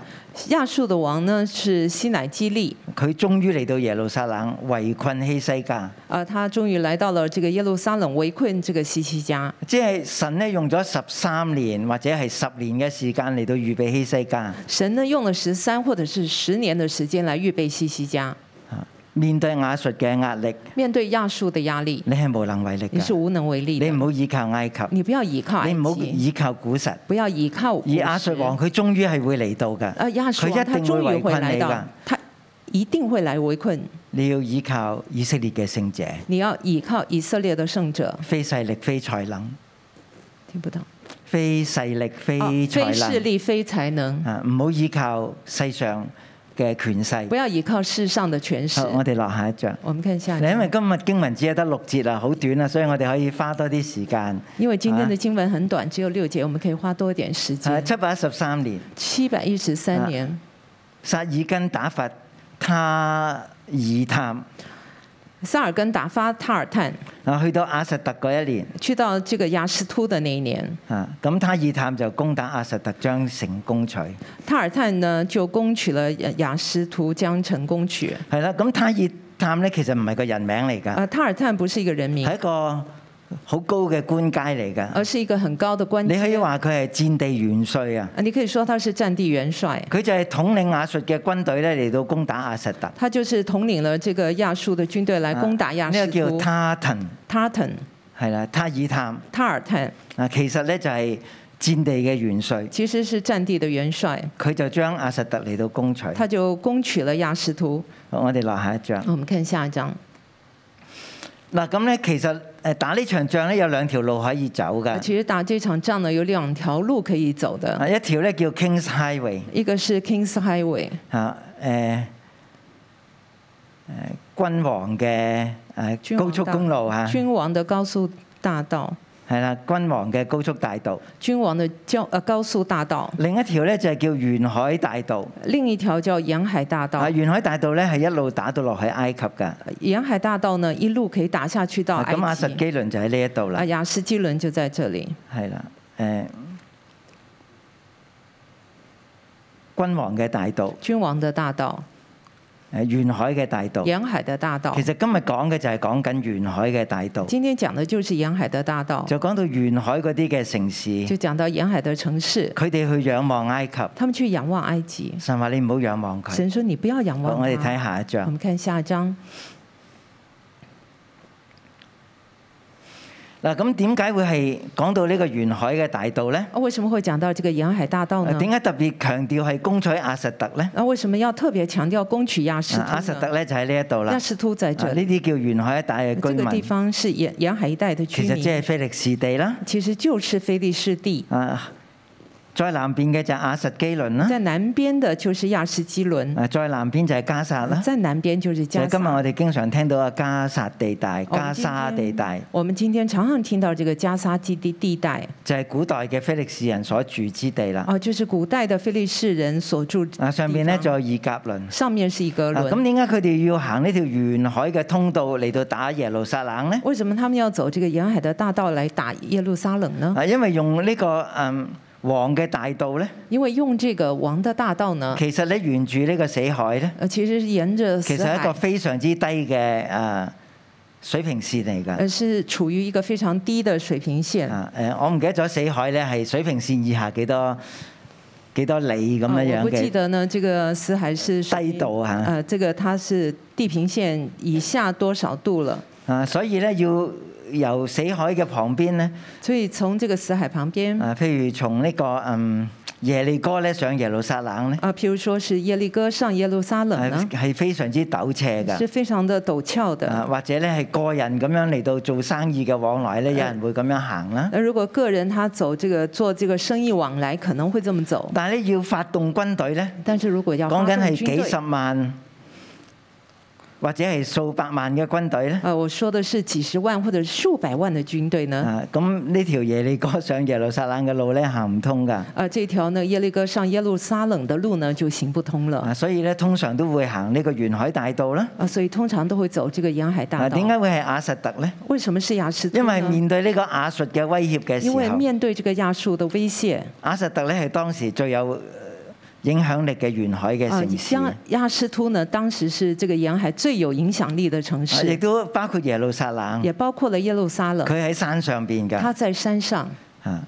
Speaker 3: 亚述的王呢是西乃基利，
Speaker 2: 佢終於嚟到耶路撒冷圍困希西家，
Speaker 3: 啊，他终于来到了这个耶路撒冷，围困这个西西家。
Speaker 2: 即係神咧用咗十三年或者係十年嘅時間嚟到預備希西家，
Speaker 3: 神呢用了十三或者是十年的时间来预备西西家，
Speaker 2: 啊面對亞述嘅壓力，
Speaker 3: 面对亚述的压力，
Speaker 2: 你係無能為力
Speaker 3: 你是
Speaker 2: 㗎，
Speaker 3: 无能为力
Speaker 2: 你
Speaker 3: 的。
Speaker 2: 唔好依靠埃及，
Speaker 3: 你不要依靠埃
Speaker 2: 你唔好
Speaker 3: 及，
Speaker 2: 依靠古實，
Speaker 3: 不要依靠
Speaker 2: 而亞述王，佢終於係會嚟到㗎，
Speaker 3: 呃，亚述
Speaker 2: 佢
Speaker 3: 王
Speaker 2: 一
Speaker 3: 他
Speaker 2: 定
Speaker 3: 终
Speaker 2: 會
Speaker 3: 于
Speaker 2: 圍
Speaker 3: 会
Speaker 2: 困
Speaker 3: 来
Speaker 2: 你
Speaker 3: 到
Speaker 2: 㗎，，
Speaker 3: 他一定会来围困。
Speaker 2: 你要依靠以色列嘅聖者，
Speaker 3: 你要依靠以色列的圣者，
Speaker 2: 非勢力非才能，
Speaker 3: 听不到。
Speaker 2: 非勢力非
Speaker 3: 哦
Speaker 2: 才
Speaker 3: 非势
Speaker 2: 能。
Speaker 3: 力非才能，
Speaker 2: 啊，唔好依靠世上嘅權勢。
Speaker 3: 不要依靠世上的权势
Speaker 2: 好，。我哋落下一章。
Speaker 3: 我们看下一
Speaker 2: 嗱，因
Speaker 3: 章，
Speaker 2: 為今日經文只係得六節啊，好短啊，所以我哋可以花多啲時間。
Speaker 3: 因为今天的经文很短，只有六节，我们可以花多一点时
Speaker 2: 啊，
Speaker 3: 间。
Speaker 2: 七百一十三年，
Speaker 3: 七百一十
Speaker 2: 啊
Speaker 3: 三年，
Speaker 2: 撒爾根打發他爾探
Speaker 3: 萨尔根打发塔尔探
Speaker 2: 啊，去到亞實特嗰一年
Speaker 3: 去到这个雅斯突的那一年，
Speaker 2: 啊，咁他爾探就攻打亞實特，將城攻取。
Speaker 3: 塔尔探呢就攻取了雅雅斯突，将城攻取。
Speaker 2: 係啦，咁他爾探咧其實唔係個人名嚟㗎，
Speaker 3: 呃，塔尔探不是一个人名
Speaker 2: 係，一個好高嘅官階嚟㗎。
Speaker 3: 而是一个很高的官
Speaker 2: 你
Speaker 3: 阶。
Speaker 2: 可以話佢係戰地元帥啊。
Speaker 3: 啊，你可以说他是战地元帅，
Speaker 2: 佢就係統領亞述嘅軍隊咧嚟到攻打亞實特，
Speaker 3: 他就是統領了这个亚述的軍队来攻打亚
Speaker 2: 啊呢
Speaker 3: 述
Speaker 2: 個叫
Speaker 3: 突。
Speaker 2: 他騰，
Speaker 3: 塔腾、
Speaker 2: 係啦，他爾探
Speaker 3: 塔尔探，
Speaker 2: 啊，其實咧就係戰地嘅元帥，
Speaker 3: 其實是戰地的元帥，
Speaker 2: 佢就將亞實突嚟到攻取。
Speaker 3: 他就攻取了亞實突。
Speaker 2: 好我哋落下一章。
Speaker 3: 我們看下一章。
Speaker 2: 嗱咁咧，其實誒打呢場仗咧有兩條路可以走㗎。
Speaker 3: 啊其實打這場仗呢，有兩條路可以走的，
Speaker 2: 啊，一條咧叫 Kings Highway 啊
Speaker 3: 一個是 King's Highway，
Speaker 2: 嚇誒誒呃君王嘅誒
Speaker 3: 君王
Speaker 2: 高速
Speaker 3: 大
Speaker 2: 公路嚇，啊
Speaker 3: 君王的高速大道，
Speaker 2: 係啦，君王嘅高速大道。
Speaker 3: 君王的交呃高速大道，
Speaker 2: 另一條咧就係叫沿海大道。
Speaker 3: 另一條叫沿海大道
Speaker 2: 啊，。沿海大道咧係一路打到落去埃及㗎。
Speaker 3: 沿海大道呢，一路可以打下去到
Speaker 2: 啊
Speaker 3: 哦埃
Speaker 2: 咁阿實
Speaker 3: 及。
Speaker 2: 基倫就喺呢一度啦
Speaker 3: 啊，。雅士基伦就在這裡，
Speaker 2: 係啦，誒君王嘅大道，
Speaker 3: 君王的大道，
Speaker 2: 誒沿海嘅大道。
Speaker 3: 沿海的大道
Speaker 2: 其。實今日講嘅就係講緊沿海嘅大道，
Speaker 3: 今天講的就是沿海的大道，
Speaker 2: 就講到沿海嗰啲嘅城市，
Speaker 3: 就講到沿海的城市，
Speaker 2: 佢哋去仰望埃及。
Speaker 3: 他們去仰望埃及。
Speaker 2: 神話你唔好仰望佢。
Speaker 3: 神說：“你不要仰
Speaker 2: 好
Speaker 3: 望
Speaker 2: 我哋
Speaker 3: 它
Speaker 2: 睇下一
Speaker 3: 我
Speaker 2: 章。
Speaker 3: 們看下一章。
Speaker 2: 嗱，咁點解會係講到呢個沿海嘅大道呢？
Speaker 3: 啊，为什么会講到這個沿海大道呢？
Speaker 2: 點解特別強調係攻取亞實特呢？
Speaker 3: 哦啊那、為什麼要特別強調攻取亞斯
Speaker 2: 啊亞
Speaker 3: 突
Speaker 2: 實
Speaker 3: 呢？
Speaker 2: 特咧就喺呢一度啦。
Speaker 3: 亞斯突在
Speaker 2: 啊
Speaker 3: 這
Speaker 2: 呢
Speaker 3: 裡，
Speaker 2: 啲叫沿海一帶嘅
Speaker 3: 這
Speaker 2: 居
Speaker 3: 個地
Speaker 2: 民，
Speaker 3: 方是沿沿海一帶的居
Speaker 2: 其實
Speaker 3: 民
Speaker 2: 即，係菲力士地啦。
Speaker 3: 其實就是菲利士地。
Speaker 2: 啊，再南邊嘅就係亞實基倫啦，
Speaker 3: 在南邊的就是亞斯基倫，
Speaker 2: 啊，再南邊就係加薩啦。
Speaker 3: 在南邊就是加
Speaker 2: 就係今日
Speaker 3: 沙。
Speaker 2: 我哋經常聽到嘅加薩地帶、
Speaker 3: 我
Speaker 2: 加
Speaker 3: 哦們今
Speaker 2: 沙地帶，
Speaker 3: 我們今天常常聽到這個加沙基地地帶，
Speaker 2: 就係古代嘅菲力士人所住之地啦。
Speaker 3: 哦，就是古代的菲利士人所住哦之地
Speaker 2: 啊，
Speaker 3: 方。
Speaker 2: 上邊咧仲有以甲倫。
Speaker 3: 上面是一個
Speaker 2: 啊咁
Speaker 3: 輪。
Speaker 2: 點解佢哋要行呢條沿海嘅通道嚟到打耶路撒冷呢？
Speaker 3: 為什麼他們要走這個沿海的大道來打耶路撒冷呢？
Speaker 2: 啊，因為用呢、個嗯黃嘅大道呢，
Speaker 3: 因為用這個王的大道呢，
Speaker 2: 其實咧沿住呢個死海呢，
Speaker 3: 啊呃，其實是沿着
Speaker 2: 其
Speaker 3: 死
Speaker 2: 實係一
Speaker 3: 海，
Speaker 2: 個非常之低嘅啊水平線嚟㗎。
Speaker 3: 而呃是處於一個非常低的水平線。
Speaker 2: 啊誒，我唔記得咗死海咧係水平線以下幾多幾多里咁
Speaker 3: 啊
Speaker 2: 樣
Speaker 3: 我
Speaker 2: 樣
Speaker 3: 不記
Speaker 2: 嘅。
Speaker 3: 得呢，這個死海是屬於
Speaker 2: 低度啊
Speaker 3: 呃，這個它是地平線以下多少度了？
Speaker 2: 啊，所以咧要由死海嘅旁邊咧，
Speaker 3: 所以從這個死海旁邊
Speaker 2: 啊，譬如從呢、個嗯耶利哥咧上耶路撒冷咧，
Speaker 3: 啊，譬如說是耶利哥上耶路撒冷
Speaker 2: 係
Speaker 3: 呢，
Speaker 2: 係非常之陡斜
Speaker 3: 是
Speaker 2: 㗎。
Speaker 3: 非常的陡峭的。
Speaker 2: 啊，或者咧係個人咁樣嚟到做生意嘅往來
Speaker 3: 呃
Speaker 2: 咧，有人會咁樣行啦。
Speaker 3: 那如果個人他走這個做這個生意往來，可能會這麼走。
Speaker 2: 但係咧要發動軍隊咧，
Speaker 3: 但是如果要
Speaker 2: 講
Speaker 3: 發
Speaker 2: 緊
Speaker 3: 動
Speaker 2: 係
Speaker 3: 軍
Speaker 2: 幾十
Speaker 3: 隊，
Speaker 2: 萬或者係數百萬嘅軍隊咧。
Speaker 3: 呃，我說的是幾十萬或者數百萬的軍隊呢。
Speaker 2: 啊，咁呢條耶利哥上耶路撒冷嘅路咧行唔通㗎，
Speaker 3: 呃，這條呢耶利哥上耶路撒冷的路呢就行不通了。
Speaker 2: 啊，所以咧通常都會行呢個沿海大道啦。
Speaker 3: 啊，所以通常都會走這個沿海大
Speaker 2: 啊，
Speaker 3: 道。
Speaker 2: 點解會係亞實特咧？
Speaker 3: 為什麼是亞實突呢？
Speaker 2: 因為面對呢個亞述嘅威脅嘅時
Speaker 3: 因為
Speaker 2: 候，
Speaker 3: 面對這個亞述的威脅，
Speaker 2: 亞實特咧係當時最有呃影響力嘅沿海嘅
Speaker 3: 啊，
Speaker 2: 城市，
Speaker 3: 亞亞斯突呢，當時是這個沿海最有影響力的城
Speaker 2: 啊亦
Speaker 3: 市，
Speaker 2: 都包括耶路撒冷，
Speaker 3: 也包括了耶路撒冷。
Speaker 2: 佢喺山上邊㗎。
Speaker 3: 它在山上，
Speaker 2: 啊，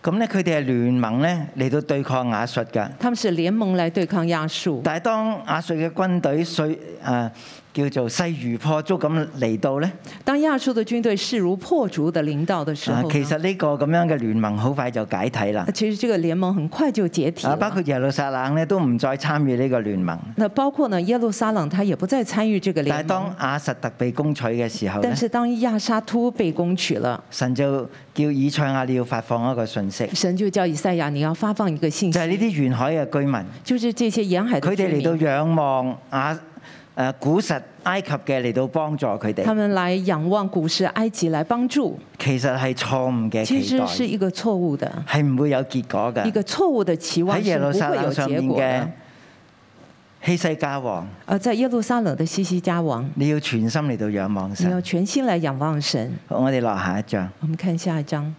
Speaker 2: 咁咧佢哋係聯盟咧嚟到對抗亞述㗎。
Speaker 3: 他們是聯盟來對抗亞述。
Speaker 2: 但係當亞述嘅軍隊碎啊叫做勢如破竹咁嚟到咧。
Speaker 3: 當亞述的軍隊勢如破竹的臨到的時
Speaker 2: 啊
Speaker 3: 候，呢
Speaker 2: 其實呢個咁樣嘅聯盟好快就解體啦
Speaker 3: 啊。其實這個聯盟很快就解體
Speaker 2: 啊，包
Speaker 3: 了。
Speaker 2: 括耶路撒冷咧都唔再參與呢個聯盟。
Speaker 3: 那包括呢耶路撒冷，它也不再參與這個
Speaker 2: 但
Speaker 3: 聯盟
Speaker 2: 係當。亞實特被攻取嘅時候
Speaker 3: 嗯
Speaker 2: 咧
Speaker 3: 但，是當亞沙突被攻取了，
Speaker 2: 神就叫以賽亞你要發放一個訊息，
Speaker 3: 神就叫以賽亞，你要發放一個信
Speaker 2: 就
Speaker 3: 息
Speaker 2: 係，呢啲沿海嘅居民，
Speaker 3: 就是這些沿海的
Speaker 2: 佢
Speaker 3: 居
Speaker 2: 哋嚟
Speaker 3: 民
Speaker 2: 到仰望亞誒古實埃及嘅嚟到幫助佢
Speaker 3: 他
Speaker 2: 哋，
Speaker 3: 們來仰望古時埃及來幫助，
Speaker 2: 其實係錯誤嘅
Speaker 3: 其
Speaker 2: 期
Speaker 3: 實是
Speaker 2: 待，
Speaker 3: 一個錯誤的，
Speaker 2: 係唔會有結果
Speaker 3: 一
Speaker 2: 㗎。
Speaker 3: 個錯誤的期
Speaker 2: 喺
Speaker 3: 望
Speaker 2: 耶
Speaker 3: 是
Speaker 2: 路
Speaker 3: 不
Speaker 2: 撒
Speaker 3: 會有
Speaker 2: 冷上面
Speaker 3: 結果
Speaker 2: 嘅
Speaker 3: 的。
Speaker 2: 希西家王，
Speaker 3: 而在耶路撒冷的西西家王，
Speaker 2: 你要全心嚟到仰望
Speaker 3: 你要
Speaker 2: 神。
Speaker 3: 全心來仰望神。
Speaker 2: 好我哋落下一章。
Speaker 3: 我們看下一章，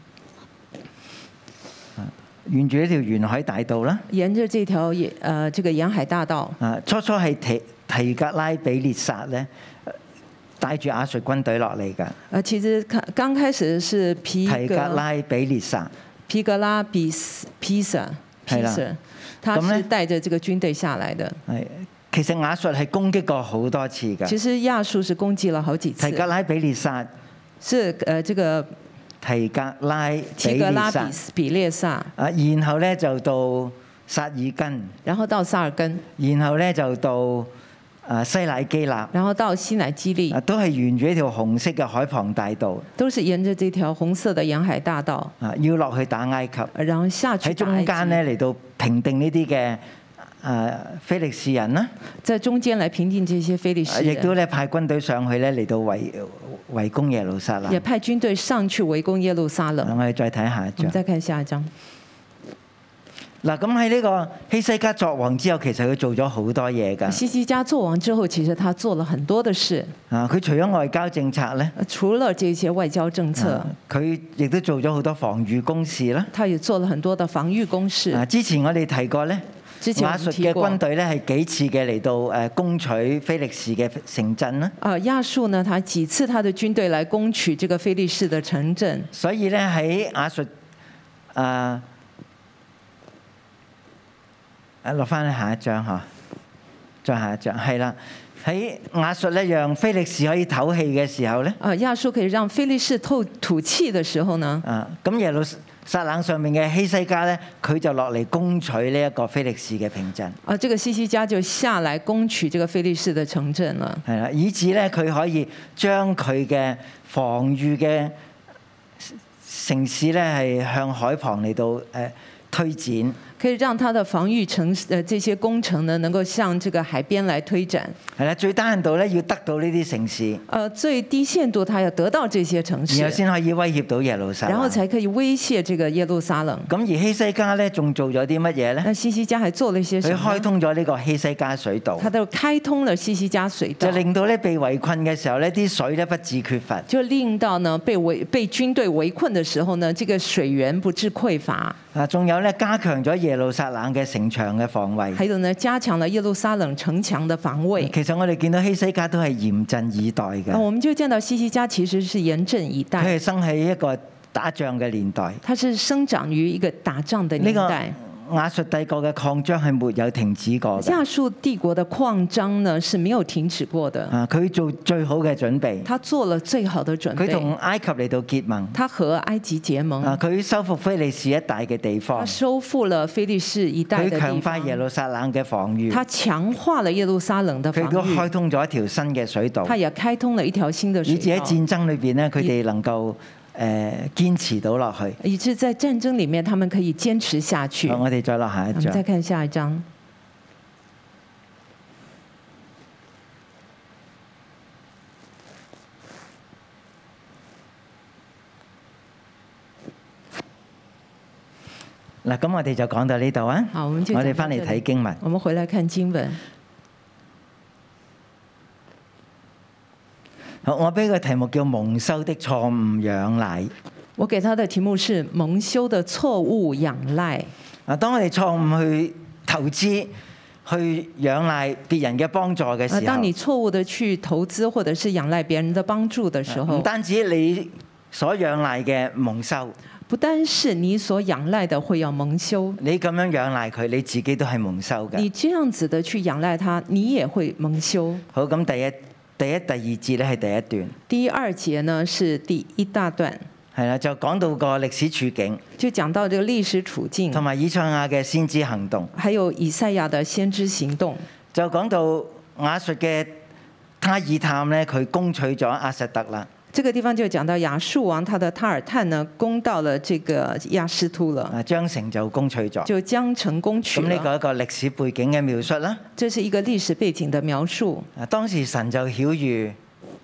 Speaker 2: 沿住呢條沿海大道啦。
Speaker 3: 沿着這條也呃這個沿海大道，
Speaker 2: 啊，初初係提提格拉比列撒咧，呃帶住亞述軍隊落嚟㗎。
Speaker 3: 呃其實看剛開始是皮
Speaker 2: 提格
Speaker 3: 格
Speaker 2: 拉比列撒，
Speaker 3: 皮格拉比斯披萨
Speaker 2: 係
Speaker 3: 披
Speaker 2: 啦
Speaker 3: 萨，他
Speaker 2: 咁呢
Speaker 3: 是帶着這個軍隊下來的。
Speaker 2: 係其實亞述係攻擊過好多次㗎。
Speaker 3: 其實亞述是攻擊了好幾次
Speaker 2: 提，格拉比列撒
Speaker 3: 是呃這個
Speaker 2: 提格拉
Speaker 3: 提
Speaker 2: 比
Speaker 3: 格
Speaker 2: 列
Speaker 3: 拉比
Speaker 2: 撒
Speaker 3: 比列萨，
Speaker 2: 啊，然後咧就到撒爾根，
Speaker 3: 然後到撒爾根，
Speaker 2: 然後咧就到啊西乃基納，
Speaker 3: 然後到西乃基利
Speaker 2: 啊，都係沿住一條紅色嘅海旁大道
Speaker 3: 都是沿着這條紅色的沿海大道，
Speaker 2: 啊，要落去打埃及。
Speaker 3: 然後下去
Speaker 2: 喺
Speaker 3: 打
Speaker 2: 中
Speaker 3: 埃及
Speaker 2: 間咧嚟到平定呢啲嘅誒菲力士人啦，
Speaker 3: 在中間來平定這些非利
Speaker 2: 啊
Speaker 3: 士
Speaker 2: 亦
Speaker 3: 人，
Speaker 2: 都咧派軍隊上去咧嚟到圍圍攻耶路撒冷。
Speaker 3: 也
Speaker 2: 啊
Speaker 3: 派軍隊上去圍攻耶路撒冷。
Speaker 2: 我哋再睇下一
Speaker 3: 我們
Speaker 2: 章。
Speaker 3: 再看下一章。
Speaker 2: 嗱，咁喺呢個希西家作王之後，其實佢做咗好多嘢㗎。
Speaker 3: 西西家做王之後，其實他做了很多的事，
Speaker 2: 啊，佢除咗外交政策咧，
Speaker 3: 呃除了這些外交政策
Speaker 2: 啊，佢亦都做咗好多防禦工事啦。
Speaker 3: 他也做了很多的防御工事。
Speaker 2: 啊，之前我哋提過咧，
Speaker 3: 之前我
Speaker 2: 馬
Speaker 3: 們
Speaker 2: 術
Speaker 3: 提
Speaker 2: 嘅
Speaker 3: 過
Speaker 2: 軍隊咧係幾次嘅嚟到誒攻取菲力士嘅城鎮啦。
Speaker 3: 呃，亞述呢，他幾次他的軍隊來攻取這個非利士的城鎮，
Speaker 2: 所以咧喺亞述啊啊落翻下一章嚇，再下一章係啦。喺亞述咧，讓菲力士可以唞氣嘅時候咧，
Speaker 3: 呃，亞述可以讓非利士透吐氣的時候呢，
Speaker 2: 啊咁耶路撒冷上面嘅希西家咧，佢就落嚟攻取呢一個菲力士嘅平鎮，
Speaker 3: 啊、這個西西家就下來攻取這個非利士的城鎮了，
Speaker 2: 係啦，以至咧佢可以將佢嘅防禦嘅城市咧係向海旁嚟到誒、呃推展。
Speaker 3: 可以讓他的防御城呃這些工程呢，能夠向這個海邊來推展。
Speaker 2: 係啦，最低限度咧要得到呢啲城市，
Speaker 3: 呃，最低限度他要得到這些城市
Speaker 2: 然後，先可以威脅到耶路撒冷。
Speaker 3: 然後才可以威脅這個耶路撒冷。
Speaker 2: 咁而希西家咧，仲做咗啲乜嘢咧？
Speaker 3: 那西西家還做了一些什
Speaker 2: 佢
Speaker 3: 麼
Speaker 2: 開
Speaker 3: 呢？
Speaker 2: 通咗呢個希西家水道，
Speaker 3: 他都開通了西西家水道
Speaker 2: 就，令到咧被圍困嘅時候咧，啲水咧不致缺乏。
Speaker 3: 就令到呢被圍被軍隊圍困的時候呢，這個水源不致匱乏。
Speaker 2: 啊，仲有咧加強咗耶路撒冷嘅城牆嘅防衞。
Speaker 3: 還有呢，加強了耶路撒冷城牆的防衛。
Speaker 2: 其實我哋見到希西家都係嚴陣以待
Speaker 3: 那
Speaker 2: 嘅，
Speaker 3: 我們就見到西西家其實是嚴陣以
Speaker 2: 佢
Speaker 3: 待，
Speaker 2: 係生喺一個打仗嘅年代。
Speaker 3: 他是生长于一個打仗的
Speaker 2: 呢
Speaker 3: 年代。
Speaker 2: 個亞述帝國嘅擴張係沒有停止過嘅。
Speaker 3: 亚述帝國的擴張呢是沒有停止過的，
Speaker 2: 啊，佢做最好嘅準備，
Speaker 3: 他做了最好的準
Speaker 2: 佢
Speaker 3: 備，
Speaker 2: 同埃及嚟到結盟。
Speaker 3: 他和埃及結
Speaker 2: 啊！
Speaker 3: 盟，
Speaker 2: 佢收復菲利士一帶嘅地
Speaker 3: 他
Speaker 2: 方，
Speaker 3: 收復了非利士一帶
Speaker 2: 佢
Speaker 3: 的地
Speaker 2: 強化耶
Speaker 3: 方，
Speaker 2: 路撒冷嘅防禦，
Speaker 3: 他強化了耶路撒冷的
Speaker 2: 佢
Speaker 3: 防
Speaker 2: 亦都
Speaker 3: 禦
Speaker 2: 開。通咗一條新嘅水道，
Speaker 3: 他也哦開通了一條新的水
Speaker 2: 以至喺
Speaker 3: 道，
Speaker 2: 戰爭裏邊咧，佢哋能夠誒、呃、堅持到落去。
Speaker 3: 以致在戰爭裡面他們可以堅持下去。
Speaker 2: 好
Speaker 3: 我
Speaker 2: 我哋再落下一
Speaker 3: 們再
Speaker 2: 章。
Speaker 3: 看下一章，
Speaker 2: 嗱，咁我哋就講到呢度啊。
Speaker 3: 好我們就
Speaker 2: 我哋
Speaker 3: 講到
Speaker 2: 翻嚟
Speaker 3: 這裡
Speaker 2: 睇經文。
Speaker 3: 我們回來看經文。
Speaker 2: 好，我俾個題目叫蒙羞的錯誤仰賴。
Speaker 3: 我給他的題目是“蒙羞的錯誤仰賴
Speaker 2: 啊，當我哋錯誤去投資、去仰賴別人嘅幫助嘅”。
Speaker 3: 呃，
Speaker 2: 時
Speaker 3: 當你
Speaker 2: 候，
Speaker 3: 錯誤的去投資或者是仰賴別人的幫助的時
Speaker 2: 唔
Speaker 3: 候，
Speaker 2: 單止你所仰賴嘅蒙羞。
Speaker 3: 不單是你所仰賴的會要蒙羞，
Speaker 2: 你咁樣仰賴佢，你自己都係蒙羞
Speaker 3: 你
Speaker 2: 嘅。
Speaker 3: 這樣子的去仰賴他，你也會蒙羞。
Speaker 2: 好，咁第一、第一、第二節咧係第一段，
Speaker 3: 第二節呢是第一大段，
Speaker 2: 係啦，就講到個歷史處境，
Speaker 3: 就講到這個歷史處境
Speaker 2: 同。埋以賽亞嘅先知行動，
Speaker 3: 還有以賽亞的先知行動，
Speaker 2: 就講到亞述嘅他爾探咧，佢攻取咗阿實特啦。
Speaker 3: 這個地方就講到亞述王他的塔爾探呢攻到了這個亞斯突了，
Speaker 2: 啊，張城就攻取咗。
Speaker 3: 就將城攻取
Speaker 2: 咁呢
Speaker 3: 了。
Speaker 2: 個一個歷史背景嘅描述啦。
Speaker 3: 這是一個歷史背景的描述。
Speaker 2: 啊，當時神就曉喻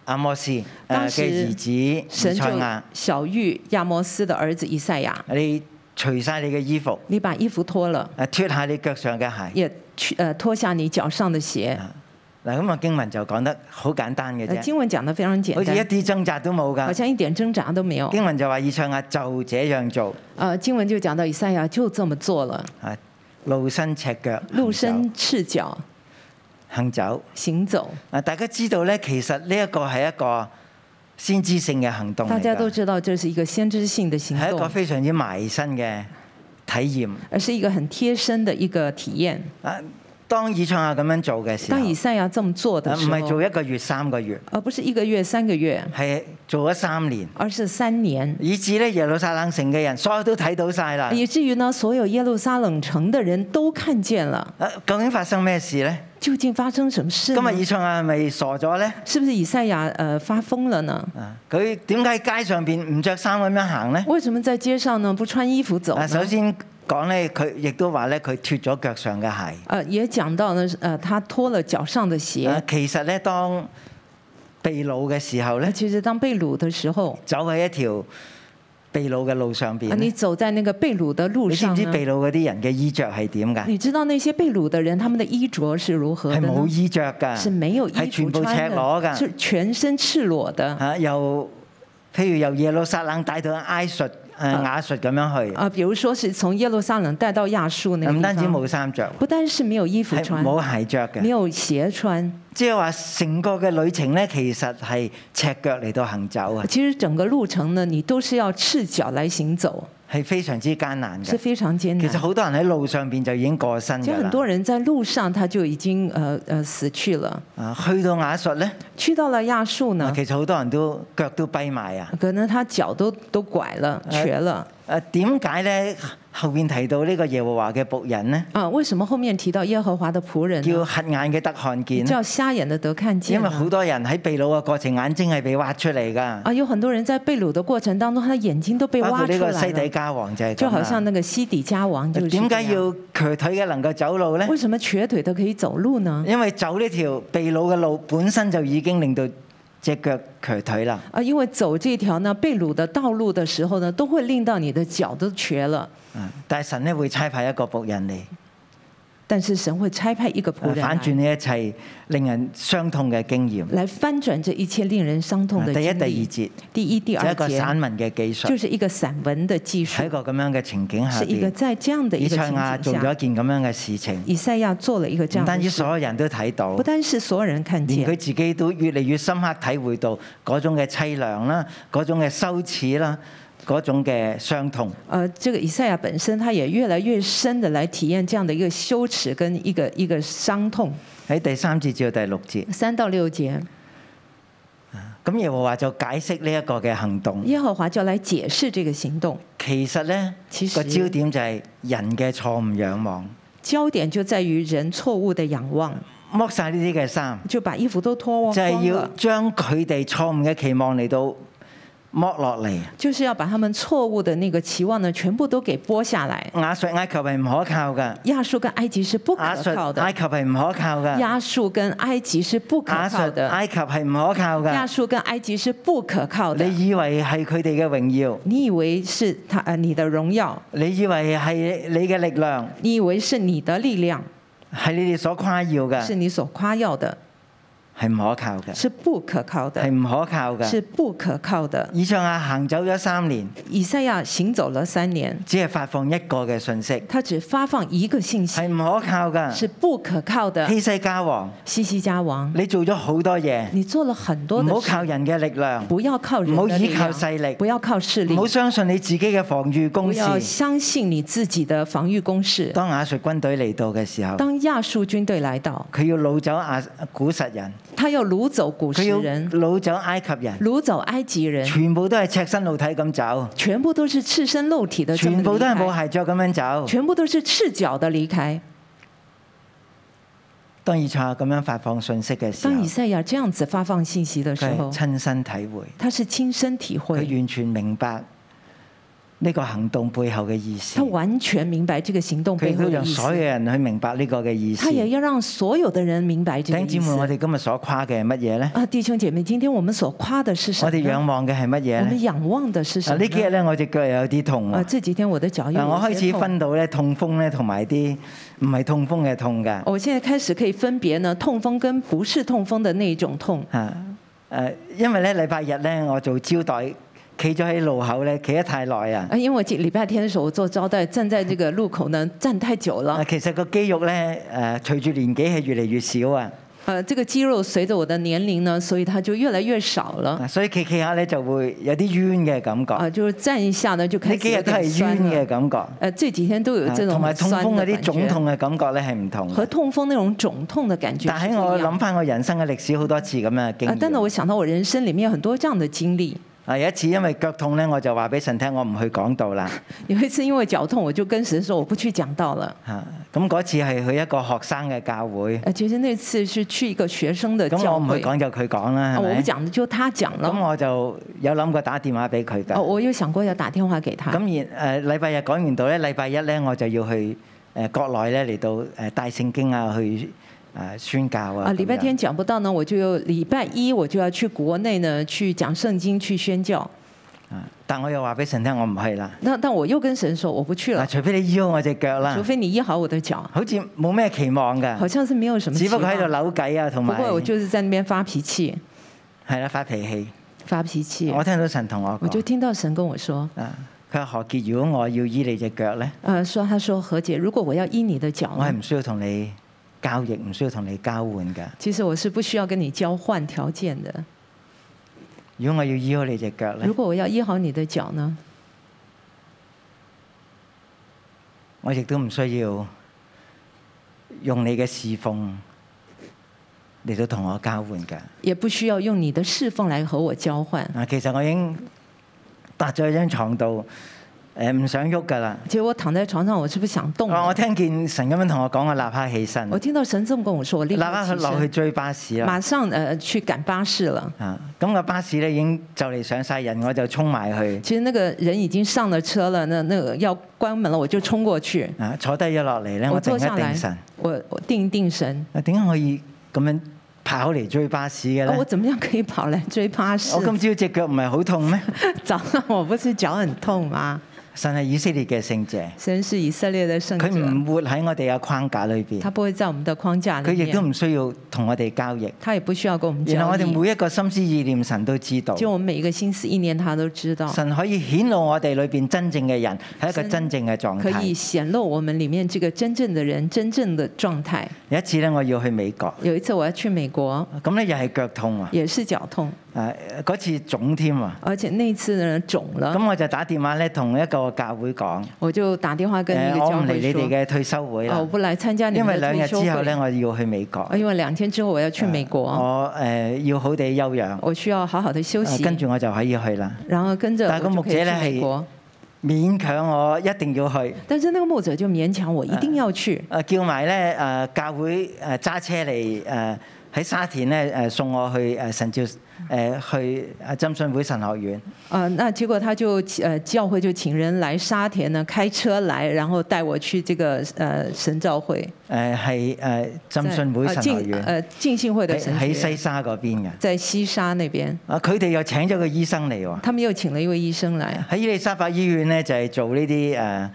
Speaker 2: 阿摩斯誒呃
Speaker 3: 當時
Speaker 2: 嘅兒子以
Speaker 3: 神就
Speaker 2: 賽亞，
Speaker 3: 小玉亞摩斯的兒子以賽亞，
Speaker 2: 你除晒你嘅衣服，
Speaker 3: 你把衣服脫了，
Speaker 2: 誒脱下你腳上嘅鞋。
Speaker 3: 也去呃脫下你腳上的鞋。
Speaker 2: 嗱，咁啊經文就講得好簡單嘅
Speaker 3: 呃，
Speaker 2: 啫，
Speaker 3: 經文講得非常
Speaker 2: 好
Speaker 3: 簡
Speaker 2: 似一
Speaker 3: 單，
Speaker 2: 啲掙扎都冇
Speaker 3: 好
Speaker 2: 㗎。
Speaker 3: 像一點掙扎都沒有。
Speaker 2: 經文就話以賽亞就這樣做，
Speaker 3: 呃，經文就講到以賽亞就這麼做了，
Speaker 2: 啊，露身赤腳，
Speaker 3: 露
Speaker 2: 行
Speaker 3: 身赤腳
Speaker 2: 走行走。
Speaker 3: 行走。
Speaker 2: 啊，大家知道咧，其實呢一個係一個先知性嘅行動嚟
Speaker 3: 大
Speaker 2: 㗎，
Speaker 3: 家都知道這是一個先知性的行
Speaker 2: 係一個
Speaker 3: 動。
Speaker 2: 哎非常之埋身嘅體驗。
Speaker 3: 呃而是一個很貼身的一個體驗。
Speaker 2: 啊，當以賽亞咁樣做嘅時候
Speaker 3: 当，以赛亚这么做的
Speaker 2: 啊唔
Speaker 3: 时
Speaker 2: 係
Speaker 3: 候，呃
Speaker 2: 做一個月三個月，
Speaker 3: 而不是一个月、三个月，
Speaker 2: 係做咗三年，
Speaker 3: 而是三年，
Speaker 2: 以至咧耶路撒冷城嘅人所有都睇到晒啦。
Speaker 3: 以至于呢，所有耶路撒冷城的人都看见了，
Speaker 2: 啊究竟發生咩事咧？
Speaker 3: 究竟发生什么事
Speaker 2: 今
Speaker 3: 呢？
Speaker 2: 日以賽亞係咪傻咗咧？
Speaker 3: 是不是以赛亚呃发疯了呢？
Speaker 2: 啊，佢點解喺街上邊唔着衫咁樣行咧？
Speaker 3: 为什么在街上呢不穿衣服走
Speaker 2: 啊，
Speaker 3: 呢？
Speaker 2: 首先講咧，佢亦都話咧，佢脱咗腳上嘅鞋。
Speaker 3: 呃，也讲到呢，呃，他脱了脚上的
Speaker 2: 啊
Speaker 3: 鞋。
Speaker 2: 其實咧，當秘魯嘅時候咧，
Speaker 3: 呃其实当被掳的时候，
Speaker 2: 走喺一條秘魯嘅路上邊
Speaker 3: 啊，你
Speaker 2: 咧，
Speaker 3: 走在那个被掳的路
Speaker 2: 你知唔
Speaker 3: 上
Speaker 2: 知
Speaker 3: 呢
Speaker 2: 秘魯嗰啲人嘅衣着係點㗎？
Speaker 3: 你知道那些被掳的人他们的衣着是如何的
Speaker 2: 係
Speaker 3: 呢？
Speaker 2: 冇衣着㗎，
Speaker 3: 是沒有衣
Speaker 2: 係全
Speaker 3: 服
Speaker 2: 部赤
Speaker 3: 穿
Speaker 2: 裸
Speaker 3: 的，
Speaker 2: 㗎。
Speaker 3: 是全身赤裸的。
Speaker 2: 嚇、由譬如由耶路撒冷帶到埃述、誒、雅述咁樣去，
Speaker 3: 啊，比如说是从耶路撒冷带到亚述那个
Speaker 2: 唔
Speaker 3: 地
Speaker 2: 單止
Speaker 3: 方，
Speaker 2: 冇衫着，
Speaker 3: 不但是没有衣服
Speaker 2: 係
Speaker 3: 穿，
Speaker 2: 冇鞋着
Speaker 3: 没
Speaker 2: 嘅，
Speaker 3: 有鞋穿。
Speaker 2: 即係話成個嘅旅程咧，其實係赤腳嚟到行走啊，
Speaker 3: 其实整个路程呢，你都是要赤脚来行走，
Speaker 2: 係非常之艱難
Speaker 3: 是
Speaker 2: 嘅。
Speaker 3: 非常艰
Speaker 2: 其
Speaker 3: 难
Speaker 2: 實。好多人喺路上邊就已經過身
Speaker 3: 其
Speaker 2: 㗎
Speaker 3: 实很
Speaker 2: 啦。
Speaker 3: 多人在路上他就已经呃呃死去了。
Speaker 2: 啊，去到雅述咧，
Speaker 3: 去到了亚述
Speaker 2: 啊
Speaker 3: 呢，
Speaker 2: 其實好多人都腳都跛埋啊。
Speaker 3: 可能他脚都都拐了、瘸了
Speaker 2: 誒點解咧？後邊提到呢個耶和華嘅仆人咧，
Speaker 3: 啊。为什么后面提到耶和华的仆人
Speaker 2: 叫
Speaker 3: 呢？
Speaker 2: 瞎眼嘅得看見呢
Speaker 3: 叫瞎眼的得看见啊
Speaker 2: 因為
Speaker 3: 呢？
Speaker 2: 好多人喺秘魯嘅過程，眼睛係被挖出嚟㗎，
Speaker 3: 啊，有很多人在被掳的过程当中，他的眼睛都被
Speaker 2: 包括
Speaker 3: 挖出
Speaker 2: 呢個
Speaker 3: 来
Speaker 2: 西底
Speaker 3: 了，
Speaker 2: 家王就係
Speaker 3: 就
Speaker 2: 咁
Speaker 3: 好
Speaker 2: 啦
Speaker 3: 像。那个西底家王就是
Speaker 2: 點
Speaker 3: 这
Speaker 2: 解
Speaker 3: 样
Speaker 2: 要瘸腿嘅能夠走路呢？
Speaker 3: 为什么瘸腿的可以走路呢？
Speaker 2: 因為走呢條秘魯嘅路本身就已經令到只腳瘸腿啦。
Speaker 3: 啊，因为走这条呢被掳的道路的时候呢，都会令到你的脚都瘸了。
Speaker 2: 啊但係神咧會差派一個仆人嚟，
Speaker 3: 但是神会差派一个仆
Speaker 2: 啊
Speaker 3: 人
Speaker 2: 反轉
Speaker 3: 来
Speaker 2: 呢一切令人傷痛嘅經驗。
Speaker 3: 来翻转这一切令人伤痛
Speaker 2: 啊
Speaker 3: 的
Speaker 2: 第一、
Speaker 3: 经历。第
Speaker 2: 第
Speaker 3: 一、第
Speaker 2: 二節就
Speaker 3: 二
Speaker 2: 一個
Speaker 3: 节
Speaker 2: 散文嘅技
Speaker 3: 就
Speaker 2: 術，
Speaker 3: 是一个散文的技术
Speaker 2: 喺一，個咁樣嘅情景下
Speaker 3: 是一个
Speaker 2: 邊，
Speaker 3: 在这样的
Speaker 2: 以
Speaker 3: 一个
Speaker 2: 賽亞
Speaker 3: 情景
Speaker 2: 做咗
Speaker 3: 下，
Speaker 2: 一件咁樣嘅事情，
Speaker 3: 以赛亚做了一个这
Speaker 2: 唔
Speaker 3: 样
Speaker 2: 單
Speaker 3: 的
Speaker 2: 止
Speaker 3: 事，
Speaker 2: 所有人都睇到
Speaker 3: 不。单是所有人看
Speaker 2: 連佢
Speaker 3: 见，
Speaker 2: 自己都越嚟越深刻體會到嗰種嘅凄涼啦，嗰種嘅羞恥啦，嗰種嘅傷痛。
Speaker 3: 呃，这个以赛亚本身他也越来越深的来体验这样的一个羞耻跟一个一个伤痛。
Speaker 2: 喺第三節至到第六節，
Speaker 3: 三到六节，
Speaker 2: 咁耶和華就解釋呢一個嘅行動。
Speaker 3: 耶和华就来解释这个行动，
Speaker 2: 其實呢
Speaker 3: 其實
Speaker 2: 個焦點就係人嘅錯誤仰望，
Speaker 3: 焦点就在于人错误的仰望，
Speaker 2: 剝晒呢啲嘅衫，
Speaker 3: 就把衣服都脱光啊
Speaker 2: 就係
Speaker 3: 光
Speaker 2: 要
Speaker 3: 了，
Speaker 2: 將佢哋錯誤嘅期望嚟到剝落嚟。
Speaker 3: 就是要把他们错误的那个期望呢，全部都给剥下来。
Speaker 2: 亞述埃及係唔可靠㗎，
Speaker 3: 亚述跟埃及是不可
Speaker 2: 亞
Speaker 3: 靠
Speaker 2: 述
Speaker 3: 的
Speaker 2: 埃，及係唔可靠㗎，
Speaker 3: 亚述跟埃及是不可
Speaker 2: 亞
Speaker 3: 靠
Speaker 2: 嗯述
Speaker 3: 的，
Speaker 2: 埃及係唔可靠
Speaker 3: 亚
Speaker 2: 㗎。
Speaker 3: 述跟埃及是不可靠的。
Speaker 2: 你以為係佢哋嘅榮耀？
Speaker 3: 你以为是他呃你的荣耀，
Speaker 2: 你以為係你嘅力量，
Speaker 3: 你以为是你的力量，
Speaker 2: 係你哋所誇耀
Speaker 3: 是
Speaker 2: 嘅，
Speaker 3: 你所夸耀的，
Speaker 2: 係唔可靠嘅，
Speaker 3: 是不可靠
Speaker 2: 係
Speaker 3: 的，
Speaker 2: 唔可靠
Speaker 3: 是
Speaker 2: 嘅。
Speaker 3: 不可靠的。
Speaker 2: 以上亞行走咗三年，
Speaker 3: 以赛亚行走了三年，
Speaker 2: 只係發放一個嘅信息，
Speaker 3: 他只发放一个信息，
Speaker 2: 係唔可靠
Speaker 3: 是
Speaker 2: 嘅。
Speaker 3: 不可靠的。
Speaker 2: 希西家王，
Speaker 3: 西西家王，
Speaker 2: 你做咗好多嘢，
Speaker 3: 你做了很多
Speaker 2: 唔好
Speaker 3: 的事，
Speaker 2: 靠人嘅力量，
Speaker 3: 不要靠人
Speaker 2: 唔好
Speaker 3: 的力
Speaker 2: 依靠
Speaker 3: 量，
Speaker 2: 勢力
Speaker 3: 不要靠势
Speaker 2: 唔
Speaker 3: 力
Speaker 2: 好，相信你自己嘅防禦
Speaker 3: 不
Speaker 2: 工事。
Speaker 3: 要相信你自己的防御工事。
Speaker 2: 當亞述軍隊嚟到嘅時候，
Speaker 3: 当亚述军队来到，
Speaker 2: 佢要擄走亞古實人，
Speaker 3: 他要掳走古
Speaker 2: 佢
Speaker 3: 时
Speaker 2: 要
Speaker 3: 人，
Speaker 2: 擄走埃及人，
Speaker 3: 掳走埃及人，
Speaker 2: 全部都係赤身露體咁走，
Speaker 3: 全部都是赤身露体的，
Speaker 2: 全部都係
Speaker 3: 这么离
Speaker 2: 冇
Speaker 3: 开
Speaker 2: 鞋着咁樣走。
Speaker 3: 全部都是赤脚的离开。
Speaker 2: 當以賽亞咁樣發放信息嘅時
Speaker 3: 当
Speaker 2: 候
Speaker 3: 以，赛亚这样子发放信息的时
Speaker 2: 佢
Speaker 3: 候
Speaker 2: 係，親身體會，
Speaker 3: 他是亲身体
Speaker 2: 佢
Speaker 3: 会，
Speaker 2: 完全明白呢個行動背後嘅意思
Speaker 3: 他，完全明白这个行动
Speaker 2: 佢亦
Speaker 3: 背
Speaker 2: 都
Speaker 3: 后的
Speaker 2: 讓
Speaker 3: 意
Speaker 2: 所有
Speaker 3: 思。
Speaker 2: 人去明白呢個嘅意思
Speaker 3: 他。也要让所有的人明白这
Speaker 2: 弟
Speaker 3: 个
Speaker 2: 兄姊
Speaker 3: 意
Speaker 2: 妹，我
Speaker 3: 思。
Speaker 2: 哋今日所誇嘅係乜嘢呢？
Speaker 3: 啊，弟兄姐妹，今天我们所夸的是什
Speaker 2: 我
Speaker 3: 么
Speaker 2: 哋
Speaker 3: 呢？
Speaker 2: 仰望嘅係乜
Speaker 3: 我
Speaker 2: 嘢
Speaker 3: 们
Speaker 2: 呢？
Speaker 3: 仰望的是什
Speaker 2: 啊
Speaker 3: 么
Speaker 2: 呢幾日
Speaker 3: 呢？
Speaker 2: 咧，我只腳又有啲痛
Speaker 3: 啊，
Speaker 2: 喎。
Speaker 3: 这几天我的脚又
Speaker 2: 嗱，我
Speaker 3: 有
Speaker 2: 開
Speaker 3: 些
Speaker 2: 始
Speaker 3: 痛。
Speaker 2: 分到咧痛風咧，同埋啲唔係痛風嘅痛㗎。
Speaker 3: 我现在开始可以分别呢，痛风跟不是痛风的那一种痛。
Speaker 2: 啊誒，因為咧禮拜日咧，我做招待，企咗喺路口咧，企得太耐啊。
Speaker 3: 啊，因为我记礼拜天的时候，我做招待，站在这个路口呢，站太久了
Speaker 2: 呃啊，。其實個肌肉咧誒，隨住年紀係越嚟越少啊。
Speaker 3: 呃，这个肌肉随着我的年龄呢，所以它就越来越少了。
Speaker 2: 啊所以企企下咧就會有啲冤嘅感
Speaker 3: 啊、
Speaker 2: 覺，
Speaker 3: 就是站一下呢就
Speaker 2: 呢
Speaker 3: 开始
Speaker 2: 幾
Speaker 3: 有
Speaker 2: 日都
Speaker 3: 点
Speaker 2: 係
Speaker 3: 酸了
Speaker 2: 冤嘅。感覺，啊
Speaker 3: 呃，这几天都有这种
Speaker 2: 同埋
Speaker 3: 很
Speaker 2: 痛
Speaker 3: 酸
Speaker 2: 風嗰
Speaker 3: 的
Speaker 2: 啲
Speaker 3: 感
Speaker 2: 腫
Speaker 3: 觉，
Speaker 2: 痛嘅感覺咧係唔同嘅
Speaker 3: 和痛風那种肿痛的感觉
Speaker 2: 但
Speaker 3: 是不一
Speaker 2: 喺
Speaker 3: 样的。
Speaker 2: 我諗翻我人生嘅歷史好多次咁樣嘅經
Speaker 3: 呃，但呢，我
Speaker 2: 驗。
Speaker 3: 想到我人生里面有很多这样的經歷。
Speaker 2: 啊有一次因為腳痛咧，我就話俾神聽，我唔去講道啦。
Speaker 3: 有一次因為腳痛，我就跟神說我不去講道了。
Speaker 2: 嚇，啊咁嗰次係去一個學生嘅教會，
Speaker 3: 呃，其實那次是去一個學生的
Speaker 2: 咁我
Speaker 3: 教
Speaker 2: 唔
Speaker 3: 會，
Speaker 2: 去講就佢講啦，
Speaker 3: 啊
Speaker 2: 係
Speaker 3: 我不
Speaker 2: 咪？
Speaker 3: 講就他講
Speaker 2: 咁
Speaker 3: 了。
Speaker 2: 我就有諗過打電話俾佢
Speaker 3: 哦，
Speaker 2: 㗎。
Speaker 3: 我有想過要打電話給他。
Speaker 2: 咁然呃誒禮拜日講完道咧，禮拜一咧我就要去誒國內咧嚟到誒帶聖經啊，去誒宣教啊。
Speaker 3: 啊，禮拜
Speaker 2: 咁樣
Speaker 3: 天講不到呢，我就禮拜一我就要去國內呢去講聖經去宣教。
Speaker 2: 啊但我又話俾神聽，我唔去啦。
Speaker 3: 那但我又跟神說我不去
Speaker 2: 嗱，
Speaker 3: 了，
Speaker 2: 啊除非你醫好我只腳啦
Speaker 3: 呃除，非你醫好我的腳，
Speaker 2: 好似冇咩期望
Speaker 3: 好
Speaker 2: 㗎，
Speaker 3: 像是沒有什麼
Speaker 2: 只
Speaker 3: 期
Speaker 2: 不過喺度
Speaker 3: 望。
Speaker 2: 扭計啊，同
Speaker 3: 不
Speaker 2: 埋
Speaker 3: 過我就是在那邊發脾氣，
Speaker 2: 係啦發脾氣。
Speaker 3: 發脾氣，
Speaker 2: 我聽到神同我
Speaker 3: 我就
Speaker 2: 講
Speaker 3: 聽到神跟我說，
Speaker 2: 啊，佢話何傑，如果我要醫你只腳咧，
Speaker 3: 呃，說他說何姐，如果我要醫你的腳呢，
Speaker 2: 我係唔需要同你交易，唔需要同你交換㗎。
Speaker 3: 其實我是不需要跟你交換條件的。
Speaker 2: 如果我要醫好你只腳咧
Speaker 3: 如，果我要醫好你的腳呢，
Speaker 2: 我亦都唔需要用你嘅侍奉嚟到同我交換㗎。
Speaker 3: 也不需要用你的侍奉來和我交換。
Speaker 2: 嗱，啊其實我已經搭咗喺張床度，誒唔想喐㗎啦。
Speaker 3: 結果躺在床上，我是不是想動
Speaker 2: 我
Speaker 3: 了
Speaker 2: 我聽見神咁樣同我講，我啊立刻起身，
Speaker 3: 我聽到神這麼跟我說，我立
Speaker 2: 立
Speaker 3: 刻
Speaker 2: 刻
Speaker 3: 起
Speaker 2: 落去
Speaker 3: 身，
Speaker 2: 追巴士啦
Speaker 3: 馬。上呃去趕巴士了。
Speaker 2: 啊，咁個巴士咧已經就嚟上晒人，我就衝埋去。
Speaker 3: 其實那個人已經上了車了，那那個要關門了，我就衝過去，
Speaker 2: 啊，坐低咗落嚟咧，
Speaker 3: 我
Speaker 2: 我
Speaker 3: 坐
Speaker 2: 定一
Speaker 3: 下來
Speaker 2: 定神。，
Speaker 3: 我我定一定神，
Speaker 2: 啊，點解可以咁樣跑嚟追巴士嘅咧？
Speaker 3: 哦我怎麼樣可以跑來追巴士
Speaker 2: 我？今朝只腳唔係好痛 咩？
Speaker 3: 早上我不是腳很痛嗎？
Speaker 2: 神係以色列嘅聖者，
Speaker 3: 神是以色列的聖
Speaker 2: 佢
Speaker 3: 者，
Speaker 2: 唔活喺我哋嘅框架裏邊
Speaker 3: 他，不會在我們的框架
Speaker 2: 佢
Speaker 3: 裡
Speaker 2: 亦都
Speaker 3: 面，
Speaker 2: 唔需要同我哋交易。
Speaker 3: 他也不需要跟我們
Speaker 2: 然
Speaker 3: 交
Speaker 2: 後我哋
Speaker 3: 易。
Speaker 2: 每一個心思意念，神都知道。
Speaker 3: 就我們每一個心思意念，他都知道，
Speaker 2: 神可以顯露我哋裏邊真正嘅人係一個
Speaker 3: 神
Speaker 2: 真正嘅狀
Speaker 3: 可以
Speaker 2: 態。
Speaker 3: 顯露我們裡面這個真正的人真正的狀態。
Speaker 2: 有一次咧，我要去美國，
Speaker 3: 有一次我要去美國，
Speaker 2: 咁咧又係腳痛啊，
Speaker 3: 也是腳痛，
Speaker 2: 誒嗰次腫添啊，
Speaker 3: 而且那一次呢腫了，
Speaker 2: 咁我就打電話咧同一個教會講，
Speaker 3: 我就打電話跟一
Speaker 2: 誒
Speaker 3: 個
Speaker 2: 我
Speaker 3: 教
Speaker 2: 唔嚟
Speaker 3: 會
Speaker 2: 你哋
Speaker 3: 說，
Speaker 2: 嘅退休會
Speaker 3: 哦，我
Speaker 2: 啦，
Speaker 3: 不來參加你
Speaker 2: 因為
Speaker 3: 們的
Speaker 2: 兩
Speaker 3: 退
Speaker 2: 日
Speaker 3: 休
Speaker 2: 之後咧
Speaker 3: 會，
Speaker 2: 我要去美國
Speaker 3: 哦，因為兩天之後我要去美國，
Speaker 2: 我誒要好地休養，
Speaker 3: 我需要好好的休
Speaker 2: 啊
Speaker 3: 息，
Speaker 2: 跟住我就可以去啦。
Speaker 3: 然後跟着
Speaker 2: 但係個
Speaker 3: 我就可以
Speaker 2: 牧者
Speaker 3: 去
Speaker 2: 呢
Speaker 3: 美
Speaker 2: 係
Speaker 3: 國，
Speaker 2: 勉強我一定要去，呃
Speaker 3: 但是那個牧者就勉強我一定要去，
Speaker 2: 誒叫埋咧誒教會誒揸車嚟誒喺沙田咧誒送我去呃誒神召誒呃去誒浸信會神學院。
Speaker 3: 啊，那結果他就呃教會就請人來沙田呢開車來，然後帶我去這個呃神召會，
Speaker 2: 誒呃係誒浸信會
Speaker 3: 在
Speaker 2: 神
Speaker 3: 呃
Speaker 2: 學
Speaker 3: 浸
Speaker 2: 院
Speaker 3: 呃浸信會的
Speaker 2: 喺
Speaker 3: 神
Speaker 2: 喺
Speaker 3: 學
Speaker 2: 西
Speaker 3: 院
Speaker 2: 沙嗰邊嘅。
Speaker 3: 在西沙那邊，
Speaker 2: 啊，佢哋又請咗個醫生嚟喎。
Speaker 3: 他們又請了一位醫生來，
Speaker 2: 喺伊利沙伯醫院咧，就係做呢啲誒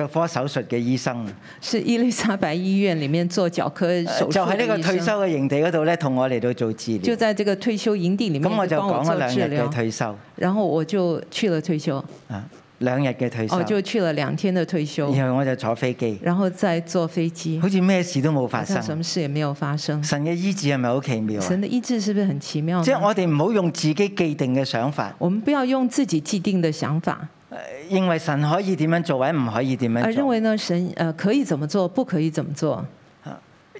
Speaker 2: 腳科手術嘅醫生，
Speaker 3: 是伊麗莎白醫院裡面做腳科手
Speaker 2: 呃就
Speaker 3: 術
Speaker 2: 喺呢
Speaker 3: 的
Speaker 2: 個
Speaker 3: 醫
Speaker 2: 退
Speaker 3: 生。
Speaker 2: 休嘅營地嗰度咧，同我嚟到做治
Speaker 3: 就
Speaker 2: 療。
Speaker 3: 在這個退休營地裡
Speaker 2: 咁我
Speaker 3: 面就
Speaker 2: 就
Speaker 3: 幫我
Speaker 2: 講咗
Speaker 3: 做
Speaker 2: 兩
Speaker 3: 治
Speaker 2: 日嘅
Speaker 3: 療，
Speaker 2: 退休，
Speaker 3: 然後我就去了退休，
Speaker 2: 啊，兩日嘅退休
Speaker 3: 哦，，就去了兩天的退休，
Speaker 2: 然後我就坐飛機，
Speaker 3: 然後再坐飛機，
Speaker 2: 好似咩事都冇
Speaker 3: 好
Speaker 2: 發
Speaker 3: 像什
Speaker 2: 生
Speaker 3: 麼。事也沒有發生。
Speaker 2: 神嘅醫治係咪好奇妙啊？
Speaker 3: 神的醫治是不是很奇妙呢？
Speaker 2: 即係我哋唔好用自己既定嘅想法，
Speaker 3: 我們不要用自己既定的想法，
Speaker 2: 誒認為神可以點樣做或者唔可以點
Speaker 3: 而
Speaker 2: 樣
Speaker 3: 認
Speaker 2: 做，
Speaker 3: 為呢神呃可以怎麼做，不可以怎麼做，
Speaker 2: 啊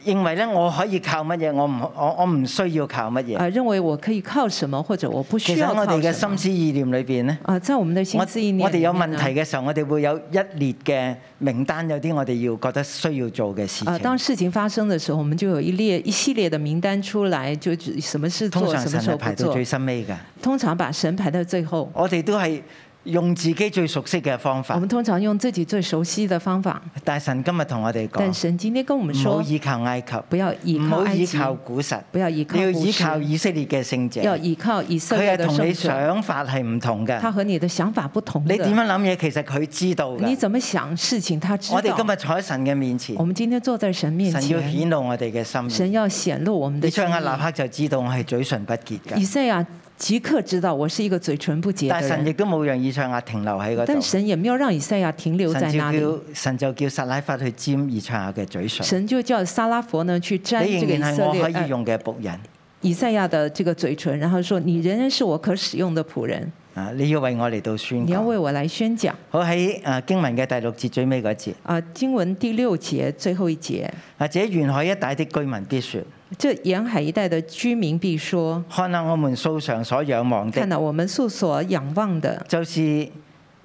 Speaker 2: 認為咧我可以靠乜嘢，我唔我我唔需要靠乜嘢。
Speaker 3: 啊認為我可以靠什麼，或者我不
Speaker 2: 其
Speaker 3: 需
Speaker 2: 實
Speaker 3: 要
Speaker 2: 喺我
Speaker 3: 靠
Speaker 2: 哋嘅
Speaker 3: 什
Speaker 2: 心
Speaker 3: 麼。
Speaker 2: 思意念裏邊咧。
Speaker 3: 啊，在我們的心
Speaker 2: 我
Speaker 3: 思意念
Speaker 2: 我哋有
Speaker 3: 裡面
Speaker 2: 問
Speaker 3: 呢
Speaker 2: 題嘅時候，我哋會有一列嘅名單，有啲我哋要覺得需要做嘅事
Speaker 3: 啊，
Speaker 2: 情
Speaker 3: 當。事情發生的時候，我們就有一列一系列的名單出來，就指什麼事
Speaker 2: 通
Speaker 3: 做，
Speaker 2: 常
Speaker 3: 什麼
Speaker 2: 神
Speaker 3: 時
Speaker 2: 係
Speaker 3: 候不
Speaker 2: 排到
Speaker 3: 做
Speaker 2: 最。深尾㗎，
Speaker 3: 通常把神排到最後，
Speaker 2: 我哋都係用自己最熟悉嘅方
Speaker 3: 我
Speaker 2: 法
Speaker 3: 們。通常用自己最熟悉的方法。
Speaker 2: 但係神今日同我哋
Speaker 3: 但
Speaker 2: 講，
Speaker 3: 神今天跟我們
Speaker 2: 唔好
Speaker 3: 說，
Speaker 2: 依靠埃及，
Speaker 3: 不要依
Speaker 2: 唔
Speaker 3: 靠
Speaker 2: 好
Speaker 3: 埃
Speaker 2: 依
Speaker 3: 及，
Speaker 2: 靠古實，
Speaker 3: 不要依靠
Speaker 2: 你要
Speaker 3: 古
Speaker 2: 依
Speaker 3: 實
Speaker 2: 靠以色列嘅聖者。
Speaker 3: 要依靠以色
Speaker 2: 佢
Speaker 3: 列
Speaker 2: 係
Speaker 3: 的
Speaker 2: 同你
Speaker 3: 聖者，
Speaker 2: 想法係唔同
Speaker 3: 他
Speaker 2: 嘅。
Speaker 3: 和你的想法不同
Speaker 2: 你
Speaker 3: 的。
Speaker 2: 點啊樣諗嘢，其實佢知道
Speaker 3: 你
Speaker 2: 㗎。
Speaker 3: 怎麼想事情，他知道。
Speaker 2: 我哋今日坐喺神嘅面前
Speaker 3: 我，們今天坐在神面
Speaker 2: 神要
Speaker 3: 前，
Speaker 2: 顯露我哋嘅心意。
Speaker 3: 神要顯露我們的
Speaker 2: 你
Speaker 3: 心
Speaker 2: 唱下立
Speaker 3: 意。
Speaker 2: 刻就知道我係嘴唇不潔㗎
Speaker 3: 以。賽亞即刻知道我是一个嘴唇不洁
Speaker 2: 但
Speaker 3: 的
Speaker 2: 係神亦
Speaker 3: 人。
Speaker 2: 都冇讓以賽亞停留喺嗰
Speaker 3: 但
Speaker 2: 度，
Speaker 3: 神也没有让以赛亚停留在
Speaker 2: 神
Speaker 3: 那里，
Speaker 2: 就叫神就叫撒拉法去沾以賽亞嘅嘴唇。
Speaker 3: 神就叫撒拉佛呢去沾
Speaker 2: 你
Speaker 3: 这个
Speaker 2: 仍
Speaker 3: 以
Speaker 2: 然係
Speaker 3: 色
Speaker 2: 我
Speaker 3: 列、
Speaker 2: 可以
Speaker 3: 呃、
Speaker 2: 用嘅仆人
Speaker 3: 以赛亚的这个嘴唇，然后说：“你仍然是我可使用的仆人，
Speaker 2: 啊！你要為我嚟到宣
Speaker 3: 你要
Speaker 2: 講。
Speaker 3: 为我来宣讲。
Speaker 2: 好喺啊經文嘅第六節最尾嗰節，”
Speaker 3: 啊，经文第六节最后一节，
Speaker 2: 或者沿海一帶的居民必説：
Speaker 3: 这沿海一带的居民必说
Speaker 2: 看下我們素常所仰望：“的
Speaker 3: 看，到我们素所仰望的，
Speaker 2: 就是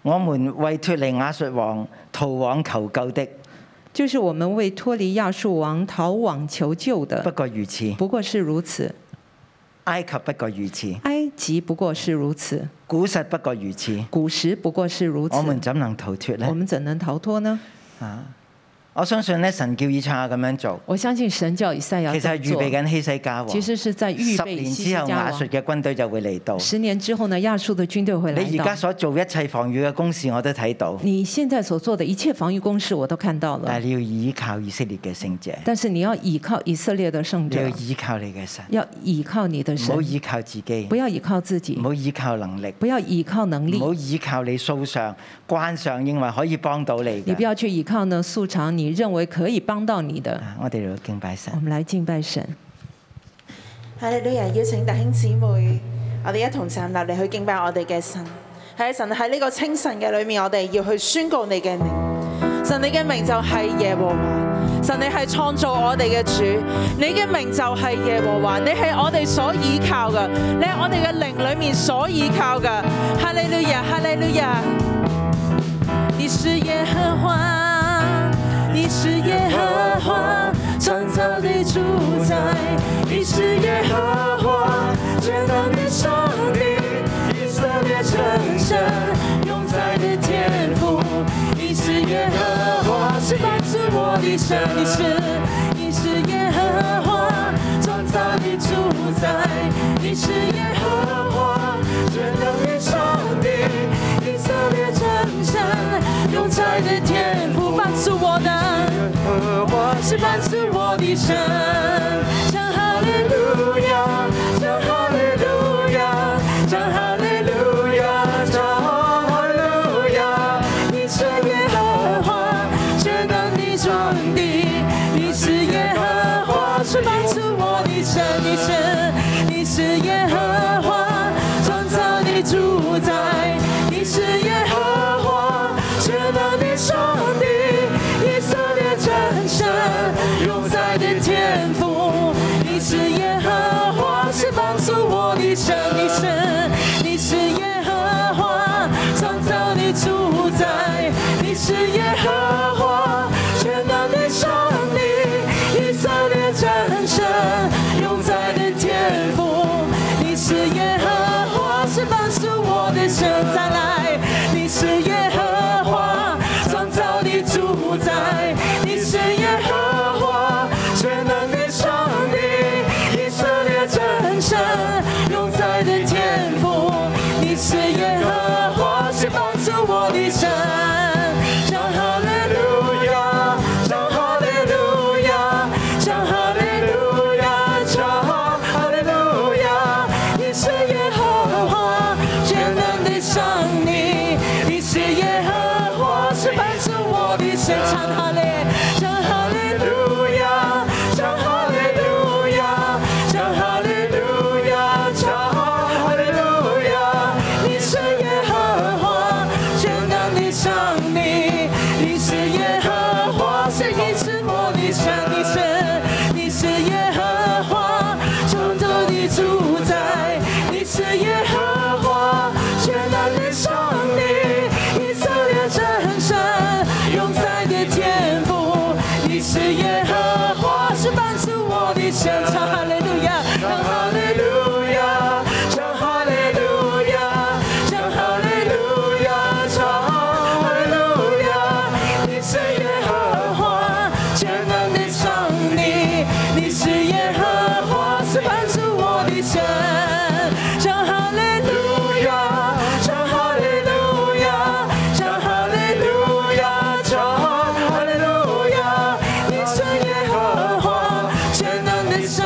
Speaker 2: 我們為脱離亞述王逃往求救的。
Speaker 3: 就是我们为脱离亚述王逃往求救
Speaker 2: 不
Speaker 3: 的。
Speaker 2: 過如此，
Speaker 3: 不过是如此，
Speaker 2: 埃及不過如此，
Speaker 3: 埃及不过是如此，
Speaker 2: 古實不過如此，
Speaker 3: 古时不过是如此
Speaker 2: 我。們怎能逃脱呢啊
Speaker 3: 我？们怎能逃脱呢？
Speaker 2: 我相信咧，神叫以賽亞咁樣做，
Speaker 3: 我相信神叫以赛亚
Speaker 2: 其實係
Speaker 3: 这
Speaker 2: 預
Speaker 3: 么
Speaker 2: 備
Speaker 3: 做，
Speaker 2: 緊希西家王。
Speaker 3: 其实是在预
Speaker 2: 十
Speaker 3: 备
Speaker 2: 年
Speaker 3: 希西
Speaker 2: 之
Speaker 3: 家
Speaker 2: 後，亞述
Speaker 3: 王。
Speaker 2: 嘅軍隊就會嚟到。
Speaker 3: 十年之后呢，亚述的军队会来
Speaker 2: 你而
Speaker 3: 到
Speaker 2: 家。所做一切防禦嘅工事，我都睇到，
Speaker 3: 你现在所做的一切防御工事，我都看到
Speaker 2: 但
Speaker 3: 了
Speaker 2: 係。你要倚靠以色列嘅聖者，
Speaker 3: 但是你要倚靠以色列的圣
Speaker 2: 你要
Speaker 3: 者，
Speaker 2: 倚靠你嘅神，
Speaker 3: 要倚靠你的
Speaker 2: 唔
Speaker 3: 神
Speaker 2: 好，倚靠自己
Speaker 3: 不，要倚靠自己
Speaker 2: 唔，好倚靠能力，
Speaker 3: 不要倚靠能
Speaker 2: 唔
Speaker 3: 力，
Speaker 2: 好倚靠你素上關上，認為可以幫到你
Speaker 3: 你不
Speaker 2: 嘅。
Speaker 3: 要去倚靠呢素常你认为可以帮到你的。
Speaker 2: 啊我哋嚟到敬拜神
Speaker 3: 我。们来敬拜神，
Speaker 4: 哈利路亞！邀請弟兄姊妹，我哋一同站立嚟去敬拜我哋嘅神。喺神喺呢個清晨嘅裏面，我哋要去宣告你嘅名。神你嘅名就係耶和華，神你係創造我哋嘅主，你嘅名就係耶和華，你係我哋所倚靠嘅，你係我哋嘅靈裏面所倚靠嘅。哈利路亞！哈利路亞！你是耶和华，你是耶和华，创造的主宰。你是耶和华，全能的上帝，以色列真神，永在的天赋。你是耶和华，是凡是我的神，你是，你是耶和华，创造的主宰。你是耶和华，全能的上帝，以色列真神，永在的天赋，凡是我的。是伴随我的神。唱哈利路亚，唱哈利路亚，唱哈利路亚，唱哈利路亚。你是耶和华，全能的上帝，你是耶和华，是伴随我的神。你是，你是耶和华，创造的主宰。你是耶和华，全能的上帝，以色列真神，永在的天赋。你是耶和华，是帮助我的神。你是，你是耶和华，创造的主宰。你是耶和华，全能的上帝，以色列真神，永在的天赋。你是耶和华，是帮助我的神。再来，你是耶和华，创造的主宰。你是耶和华，全能的上帝，以色列真神，永在的天赋。你是耶和华，是帮助我的神。唱哈利路亚，唱哈利路亚，唱哈利路亚，唱哈利路亚。你是耶和华，全能的上帝，你是耶和华，是帮助我的神。唱哈利，唱哈利路亚，唱哈利路亚，唱哈利路亚，唱哈利路亚。你是耶和华，全能的上帝，你是耶和华，是你是我的神，你是你是耶和华，创造的主宰，你是耶和华，全能的上帝，以色列真神，永在的天赋，你是耶和华，是伴随我的神，唱哈利路亚，唱哈利路亚，唱哈利路亚，唱哈利路亚，唱哈利路亚，你是耶和华，全能的上帝，你是耶和华，是伴随我的神，唱哈利路亚，唱哈利路亚，唱哈利路亚，唱哈利路亚，你是耶和华。全能的上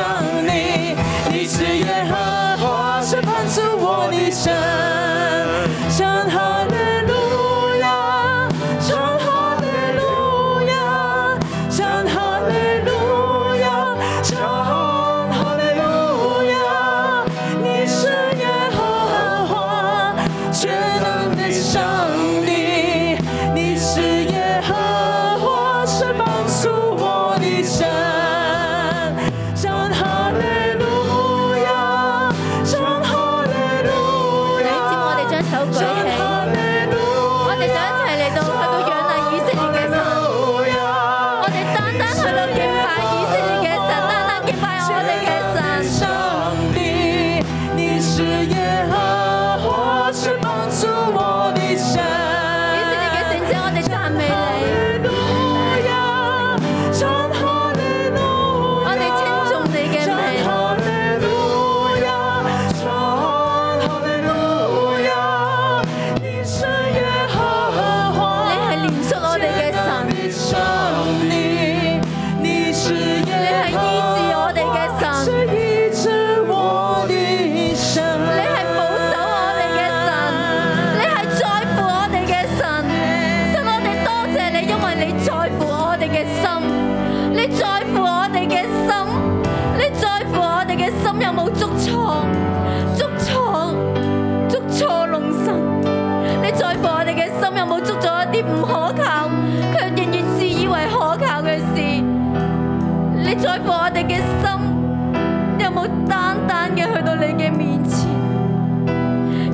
Speaker 5: 我哋嘅心有冇單單嘅去到你嘅面前？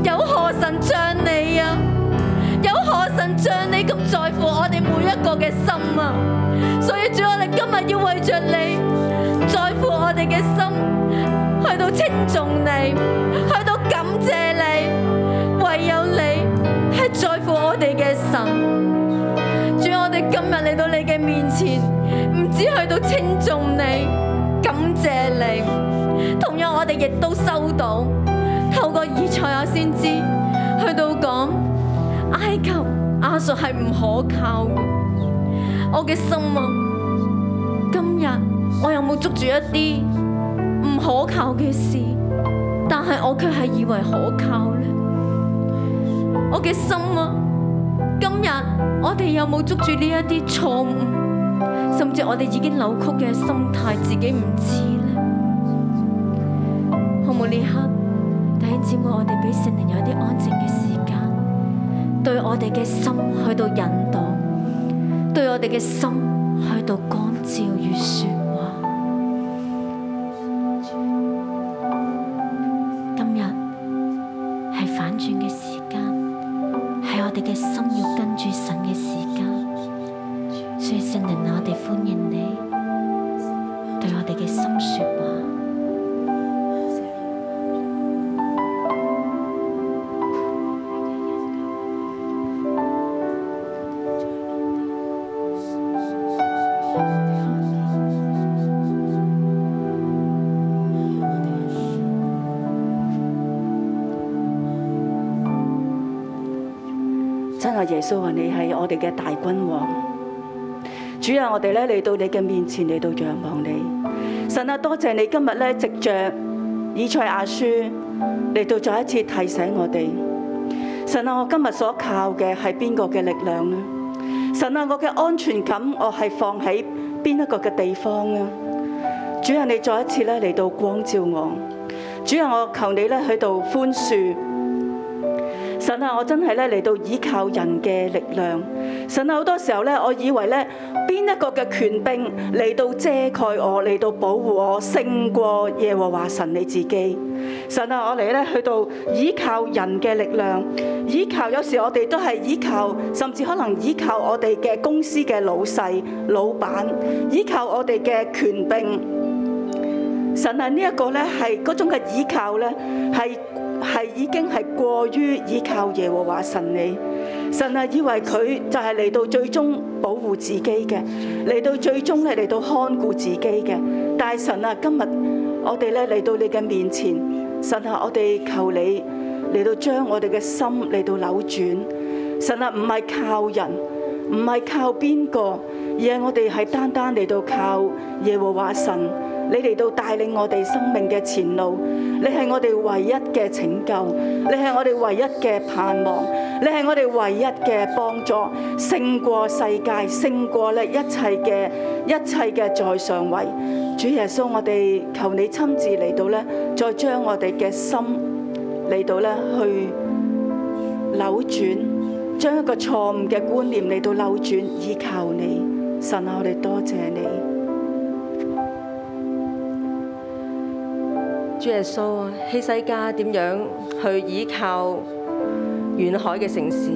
Speaker 5: 有何神像你啊？有何神像你咁在乎我哋每一個嘅心啊？所以主，我哋今日要為着你在乎我哋嘅心，去到稱重你，去到感謝你，唯有你係在乎我哋嘅神。主，我哋今日嚟到你嘅面前，唔止去到稱重你、感謝你，同樣我哋亦都收到透過以賽亞先知去到講埃及亞述係唔可靠嘅。我嘅心啊，今日我有冇捉住一啲唔可靠嘅事？但係我卻係以為可靠呢？我嘅心啊！今日我哋有冇捉住呢一啲錯誤，甚至我哋已經扭曲嘅心態，自己唔知呢？好冇呢刻，弟兄姊妹，我哋俾聖靈有啲安靜嘅時間，對我哋嘅心去到引導，對我哋嘅心去到光照與説話。今日係反轉嘅時間。係我哋嘅心要跟住神嘅時間，所以聖靈啊，我哋歡迎你對我哋嘅心說話。
Speaker 6: 真係耶穌啊，你係我哋嘅大君王。主啊，我哋咧嚟到你嘅面前嚟到仰望你。神啊，多謝你今日咧藉着以賽亞書嚟到再一次提醒我哋。神啊，我今日所靠嘅係邊個嘅力量呢？神啊，我嘅安全感我係放喺邊一個嘅地方呢？主啊，你再一次咧嚟到光照我。主啊，我求你咧喺度寬恕。神啊，我真係咧嚟到依靠人嘅力量。神啊，好多時候咧，我以為咧邊一個嘅權柄嚟到遮蓋我，嚟到保護我，勝過耶和華神你自己。神啊，我哋咧去到依靠人嘅力量，依靠有時我哋都係依靠，甚至可能依靠我哋嘅公司嘅老細、老闆，依靠我哋嘅權柄。神啊，呢一個咧係嗰種嘅倚靠咧，係係已經係過於倚靠耶和華神你。神啊，以為佢就係嚟到最終保護自己嘅，嚟到最終咧嚟到看顧自己嘅。但係神啊，今日我哋咧嚟到你嘅面前，神啊，我哋求你嚟到將我哋嘅心嚟到扭轉。神啊，唔係靠人。唔係靠邊個，而係我哋係單單嚟到靠耶和華神，你嚟到帶領我哋生命嘅前路，你係我哋唯一嘅拯救，你係我哋唯一嘅盼望，你係我哋唯一嘅幫助，勝過世界，勝過咧一切嘅一切嘅在上位。主耶穌，我哋求你親自嚟到咧，再將我哋嘅心嚟到咧去。扭轉，將一個錯誤嘅觀念嚟到扭轉，依靠你，神啊，我哋多謝你。
Speaker 7: 主耶穌啊，希西家點樣去依靠沿海嘅城市？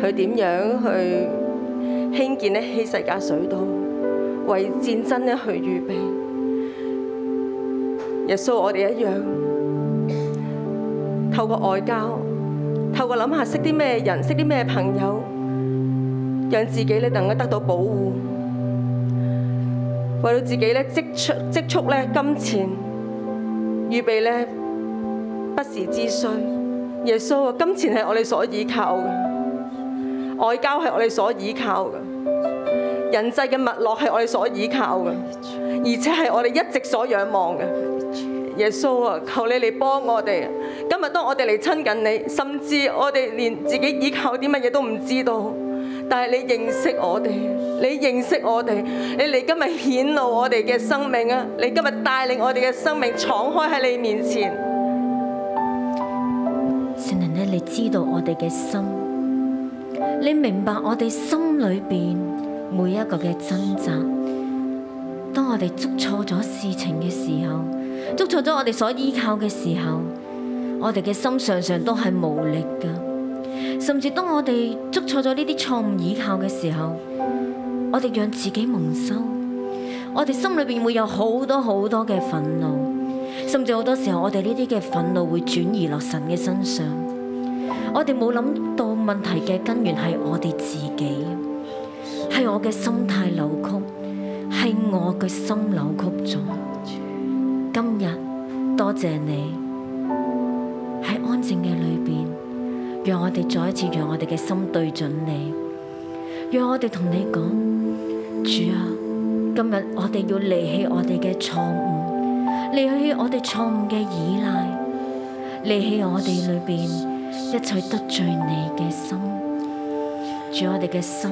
Speaker 7: 佢點樣去興建呢希西家水道，為戰爭咧去預備？耶穌，我哋一樣透過外交，透過諗下識啲咩人，識啲咩朋友，讓自己咧能夠得到保護，為到自己咧積蓄積蓄咧金錢。預備咧不時之需。耶穌啊，金錢係我哋所依靠嘅，外交係我哋所依靠嘅，人際嘅脈絡係我哋所依靠嘅，而且係我哋一直所仰望嘅。耶穌啊，求你嚟幫我哋。今日當我哋嚟親近你，甚至我哋連自己依靠啲乜嘢都唔知道，但係你認識我哋，你認識我哋，你嚟今日顯露我哋嘅生命啊！你今日帶領我哋嘅生命敞開喺你面前。
Speaker 5: 聖靈咧，啊你知道我哋嘅心，你明白我哋心裏邊每一個嘅掙扎，當我哋捉錯咗事情嘅時候，捉錯咗我哋所依靠嘅時候，我哋嘅心常常都係無力噶。甚至當我哋捉錯咗呢啲錯誤依靠嘅時候，我哋讓自己蒙羞，我哋心裏邊會有好多好多嘅憤怒，甚至好多時候我哋呢啲嘅憤怒會轉移落神嘅身上。我哋冇諗到問題嘅根源係我哋自己，係我嘅心態扭曲。係我嘅心扭曲咗。今日多謝你喺安靜嘅裏邊，讓我哋再一次讓我哋嘅心對準你，讓我哋同你講，主啊，今日我哋要離棄我哋嘅錯誤，離棄我哋錯誤嘅依賴，離棄我哋裏邊一切得罪你嘅心，主我哋嘅心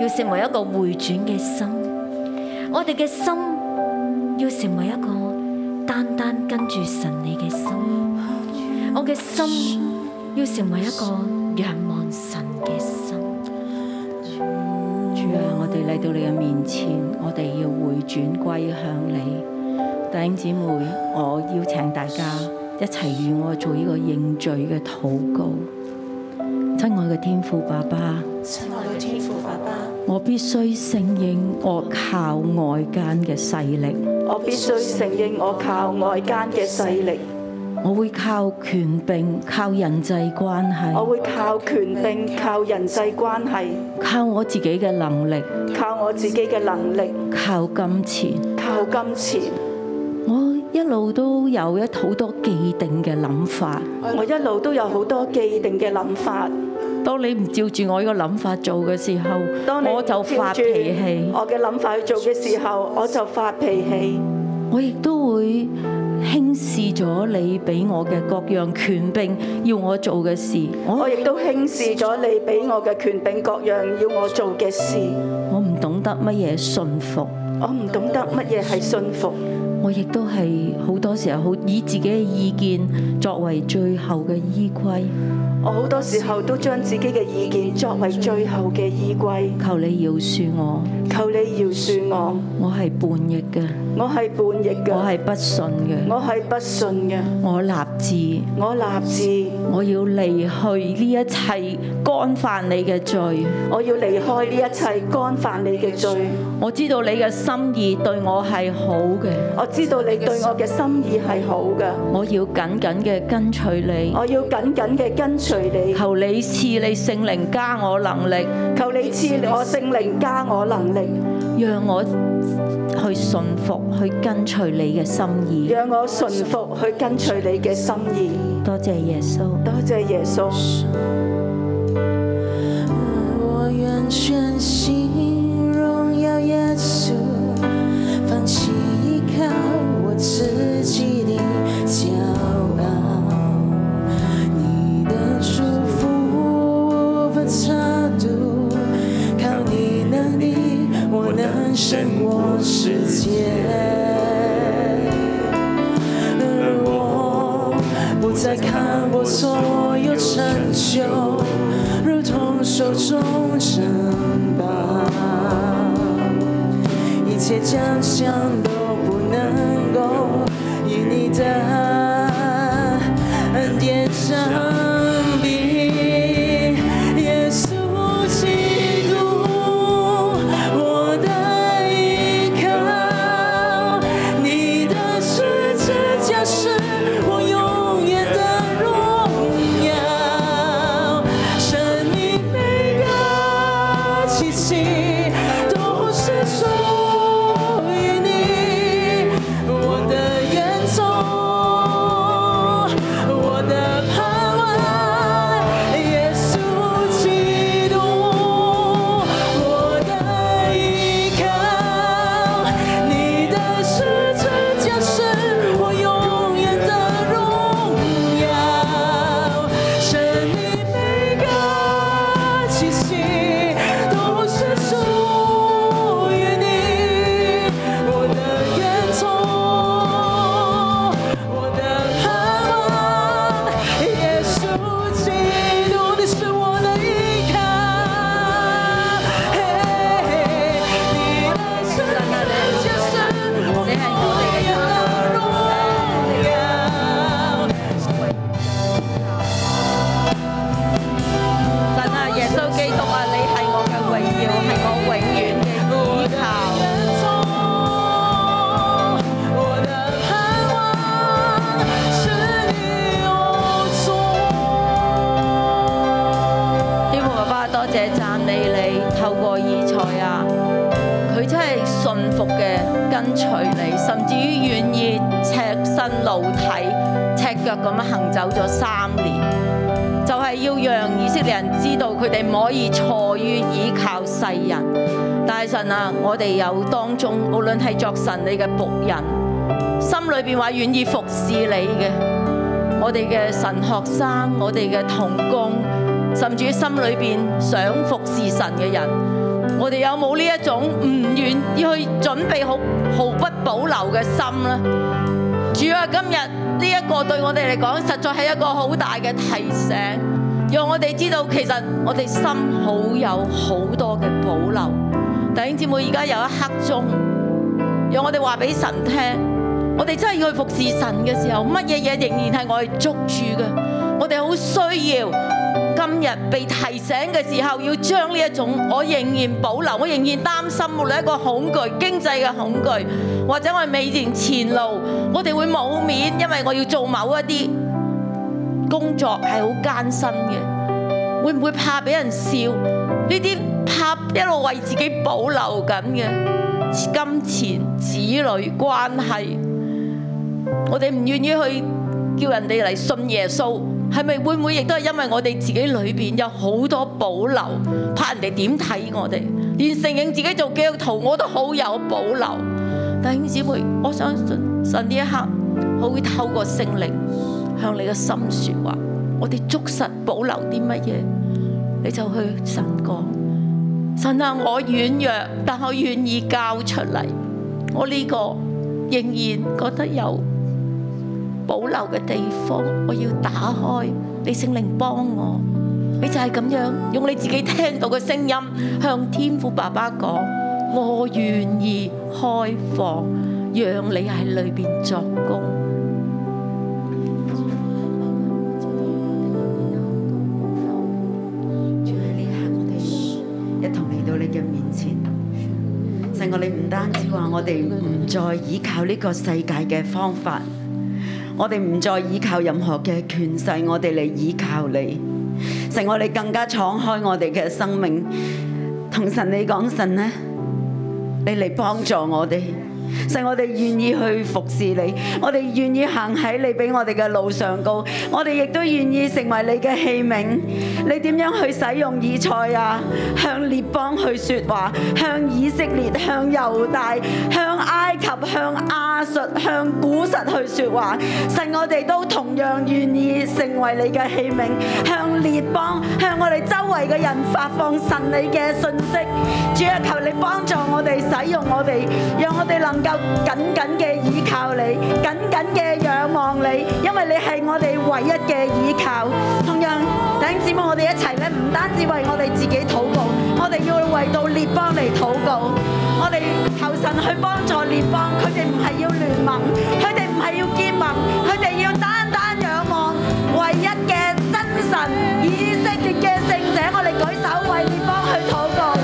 Speaker 5: 要成為一個回轉嘅心。我哋嘅心要成為一個單單跟住神你嘅心，我嘅心要成為一個仰望神嘅心。
Speaker 8: 主啊，我哋嚟到你嘅面前，我哋要回轉歸向你。弟兄姊妹，我邀請大家一齊與我做呢個認罪嘅禱告。親愛嘅天父爸爸，
Speaker 9: 親愛嘅天父爸爸，
Speaker 8: 我必須承認我靠外間嘅勢力，
Speaker 6: 我必須承認我靠外間嘅勢力，
Speaker 8: 我會靠權柄、靠人際關
Speaker 6: 我
Speaker 8: 係、
Speaker 6: 會靠權柄、靠人際關係、
Speaker 8: 靠我自己嘅能力、
Speaker 6: 靠我自己嘅能力、
Speaker 8: 靠金錢。
Speaker 6: 靠金錢。
Speaker 8: 我一路都有一好多既定嘅諗法。
Speaker 6: 我一路都有好多既定嘅諗法，
Speaker 8: 當你唔照住我呢個諗法做嘅時候，
Speaker 6: 當你
Speaker 8: 我就發
Speaker 6: 照住
Speaker 8: 脾氣，
Speaker 6: 我嘅諗法去做嘅時候，我就發脾氣，
Speaker 8: 我亦都會輕視咗你俾我嘅各樣權柄，要我做嘅事。
Speaker 6: 我
Speaker 8: 我
Speaker 6: 亦都輕視咗你俾我嘅權柄各樣要我做嘅事，
Speaker 8: 我唔懂得乜嘢信服，
Speaker 6: 我唔懂得乜嘢係信服，
Speaker 8: 我亦都係好多時候好以自己嘅意見作為最後嘅依歸。
Speaker 6: 我好多時候都將自己嘅意見作為最後嘅依歸，
Speaker 8: 求你饒恕我，
Speaker 6: 求你饒恕我，
Speaker 8: 我係叛逆嘅，
Speaker 6: 我係叛逆嘅，
Speaker 8: 我係不信嘅，
Speaker 6: 我係不信嘅，
Speaker 8: 我立志。
Speaker 6: 我立志，
Speaker 8: 我要離去呢一切干犯你嘅罪。
Speaker 6: 我要離開呢一切干犯你嘅罪，
Speaker 8: 我知道你嘅心意對我係好嘅，
Speaker 6: 我知道你對我嘅心意係好嘅。
Speaker 8: 我要緊緊嘅跟隨你。
Speaker 6: 我要緊緊嘅跟隨你，
Speaker 8: 求你賜你聖靈加我能力，
Speaker 6: 求你賜我聖靈加我能力，
Speaker 8: 讓我去順服，去跟隨你嘅心意。
Speaker 6: 讓我順服去跟隨你嘅心意。
Speaker 8: 多謝耶穌。
Speaker 6: 多謝耶穌。
Speaker 4: 我愿全心荣耀耶稣，放弃依靠我自己的骄傲。你的祝福我无法插足，靠你能力，我能胜过世界。而我不再看我所有成就，如同手中珍宝，一切奖项都不能够与你的恩典相比。耶稣基督，我的依靠，你的十字架是我永远的荣耀，生命每个气息都是属于你。
Speaker 8: 啊隨你，甚至於願意赤身露體、赤腳咁樣行走咗三年，就係、要讓以色列人知道佢哋唔可以錯於倚靠世人。大神啊，我哋有當中，無論係作神你嘅仆人，心裏邊話願意服侍你嘅，我哋嘅神學生，我哋嘅童工，甚至於心裏邊想服侍神嘅人。我哋有冇呢一種唔願意去準備好毫不保留嘅心呢？主啊，今日呢一個對我哋嚟講，實在係一個好大嘅提醒，讓我哋知道其實我哋心好有好多嘅保留。弟兄姊妹，而家有一刻鐘，讓我哋話俾神聽，我哋真係要去服侍神嘅時候，乜嘢嘢仍然係我哋捉住嘅，我哋好需要。今日被提醒嘅時候，要將呢一種我仍然保留，我仍然擔心，無論一個恐懼、經濟嘅恐懼，或者我哋未前前路，我哋會冇面，因為我要做某一啲工作係好艱辛嘅，會唔會怕俾人笑？呢啲怕一路為自己保留緊嘅金錢、子女關係。我哋唔願意去叫人哋嚟信耶穌，係咪會唔會亦都係因為我哋自己裏邊有好多保留，怕人哋點睇我哋，連承認自己做基督徒我都好有保留。弟兄姊妹，我相信神呢一刻，我會透過聖靈向你嘅心説話，我哋捉實保留啲乜嘢，你就去神講。神啊，我軟弱，但我願意交出嚟。我呢個仍然覺得有保留嘅地方，我要打開。你聖靈幫我，你就係咁樣用你自己聽到嘅聲音向天父爸爸講：我願意開放，讓你喺裏邊作工。
Speaker 10: 主喺呢一刻，我哋一同嚟到你嘅面前。神，我哋唔單止話我哋唔再依靠呢個世界嘅方法，我哋唔再依靠任何嘅權勢，我哋嚟依靠你。神，啊我哋更加敞開我哋嘅生命，同神你講神呢，你嚟幫助我哋。神，我哋願意去服侍你，我哋願意行喺你俾我哋嘅路上高，我哋亦都願意成為你嘅器皿。你點樣去使用以賽啊？向列邦去說話，向以色列、向猶大、向埃及、向亞述、向古實去說話。神，我哋都同樣願意成為你嘅器皿，向列邦、向我哋周圍嘅人發放神你嘅信息。主啊，求你幫助我哋使用我哋，讓我哋能夠緊緊嘅倚靠你，緊緊嘅仰望你，因為你係我哋唯一嘅倚靠。同樣，弟兄姊妹，我哋一齊咧，唔單止為我哋自己禱告，我哋要為到列邦嚟禱告。我哋求神去幫助列邦，佢哋唔係要聯盟，佢哋唔係要結盟，佢哋要單單仰望唯一嘅真神以色列嘅聖者。我哋舉手為列邦去禱告。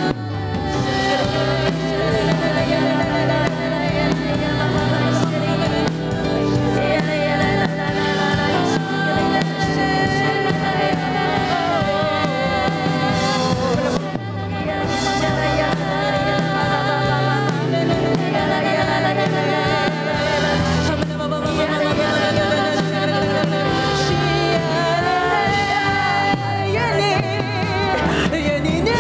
Speaker 4: 愿你，愿你年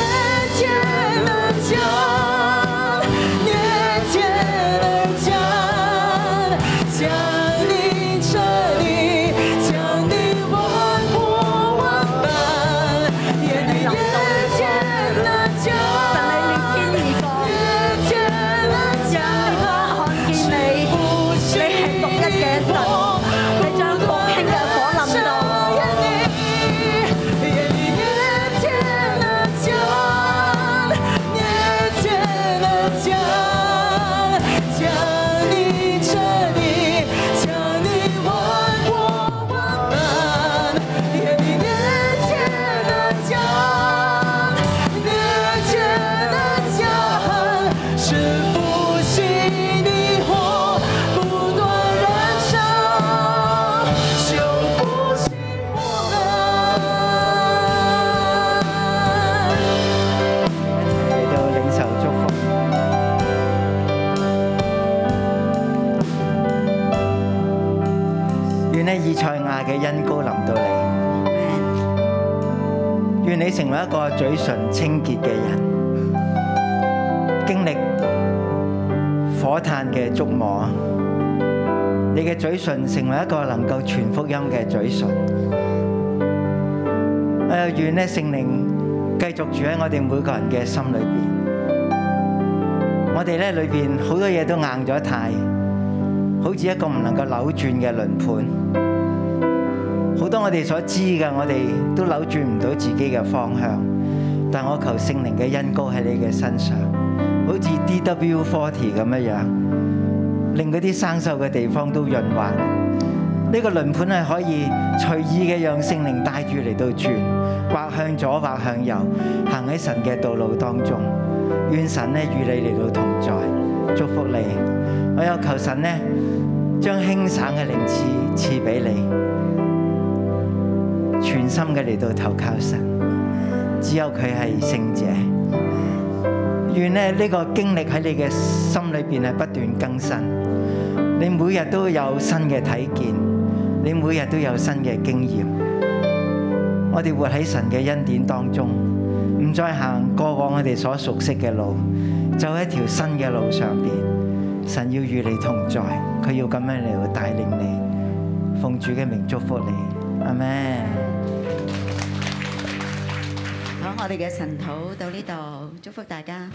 Speaker 4: 天能将，年天能将，将你彻底，将你万国万般。愿你年天能将，年天能将，全部全部。将你彻底，
Speaker 2: 願咧以賽亞嘅恩膏臨到你。願你成為一個嘴唇清潔嘅人，經歷火炭嘅觸摸，你嘅嘴唇成為一個能夠傳福音嘅嘴唇。我又願咧聖靈繼續住喺我哋每個人嘅心裏邊。我哋咧裏邊好多嘢都硬咗太。好似一個唔能夠扭轉嘅輪盤。好多我哋所知嘅，我哋都扭轉唔到自己嘅方向。但我求聖靈嘅恩膏喺你嘅身上，好似 DW40 咁樣樣，令嗰啲生鏽嘅地方都潤滑。呢、個輪盤係可以隨意嘅讓聖靈帶住嚟到轉，或向左或向右，行喺神嘅道路當中。願神咧與你嚟到同在，祝福你。我有求神咧，將輕省嘅靈賜賜俾你，全心嘅嚟到投靠神。只有佢係聖者。願咧呢個經歷喺你嘅心裏邊係不斷更新，你每日都有新嘅睇見，你每日都有新嘅經驗。我哋活喺神嘅恩典當中，唔再行過往我哋所熟悉嘅路，走喺一條新嘅路上邊。神要與你同在，佢要咁樣嚟到帶領你，奉主嘅名祝福你，阿咩？
Speaker 10: 好，我哋嘅神土到呢度，祝福大家。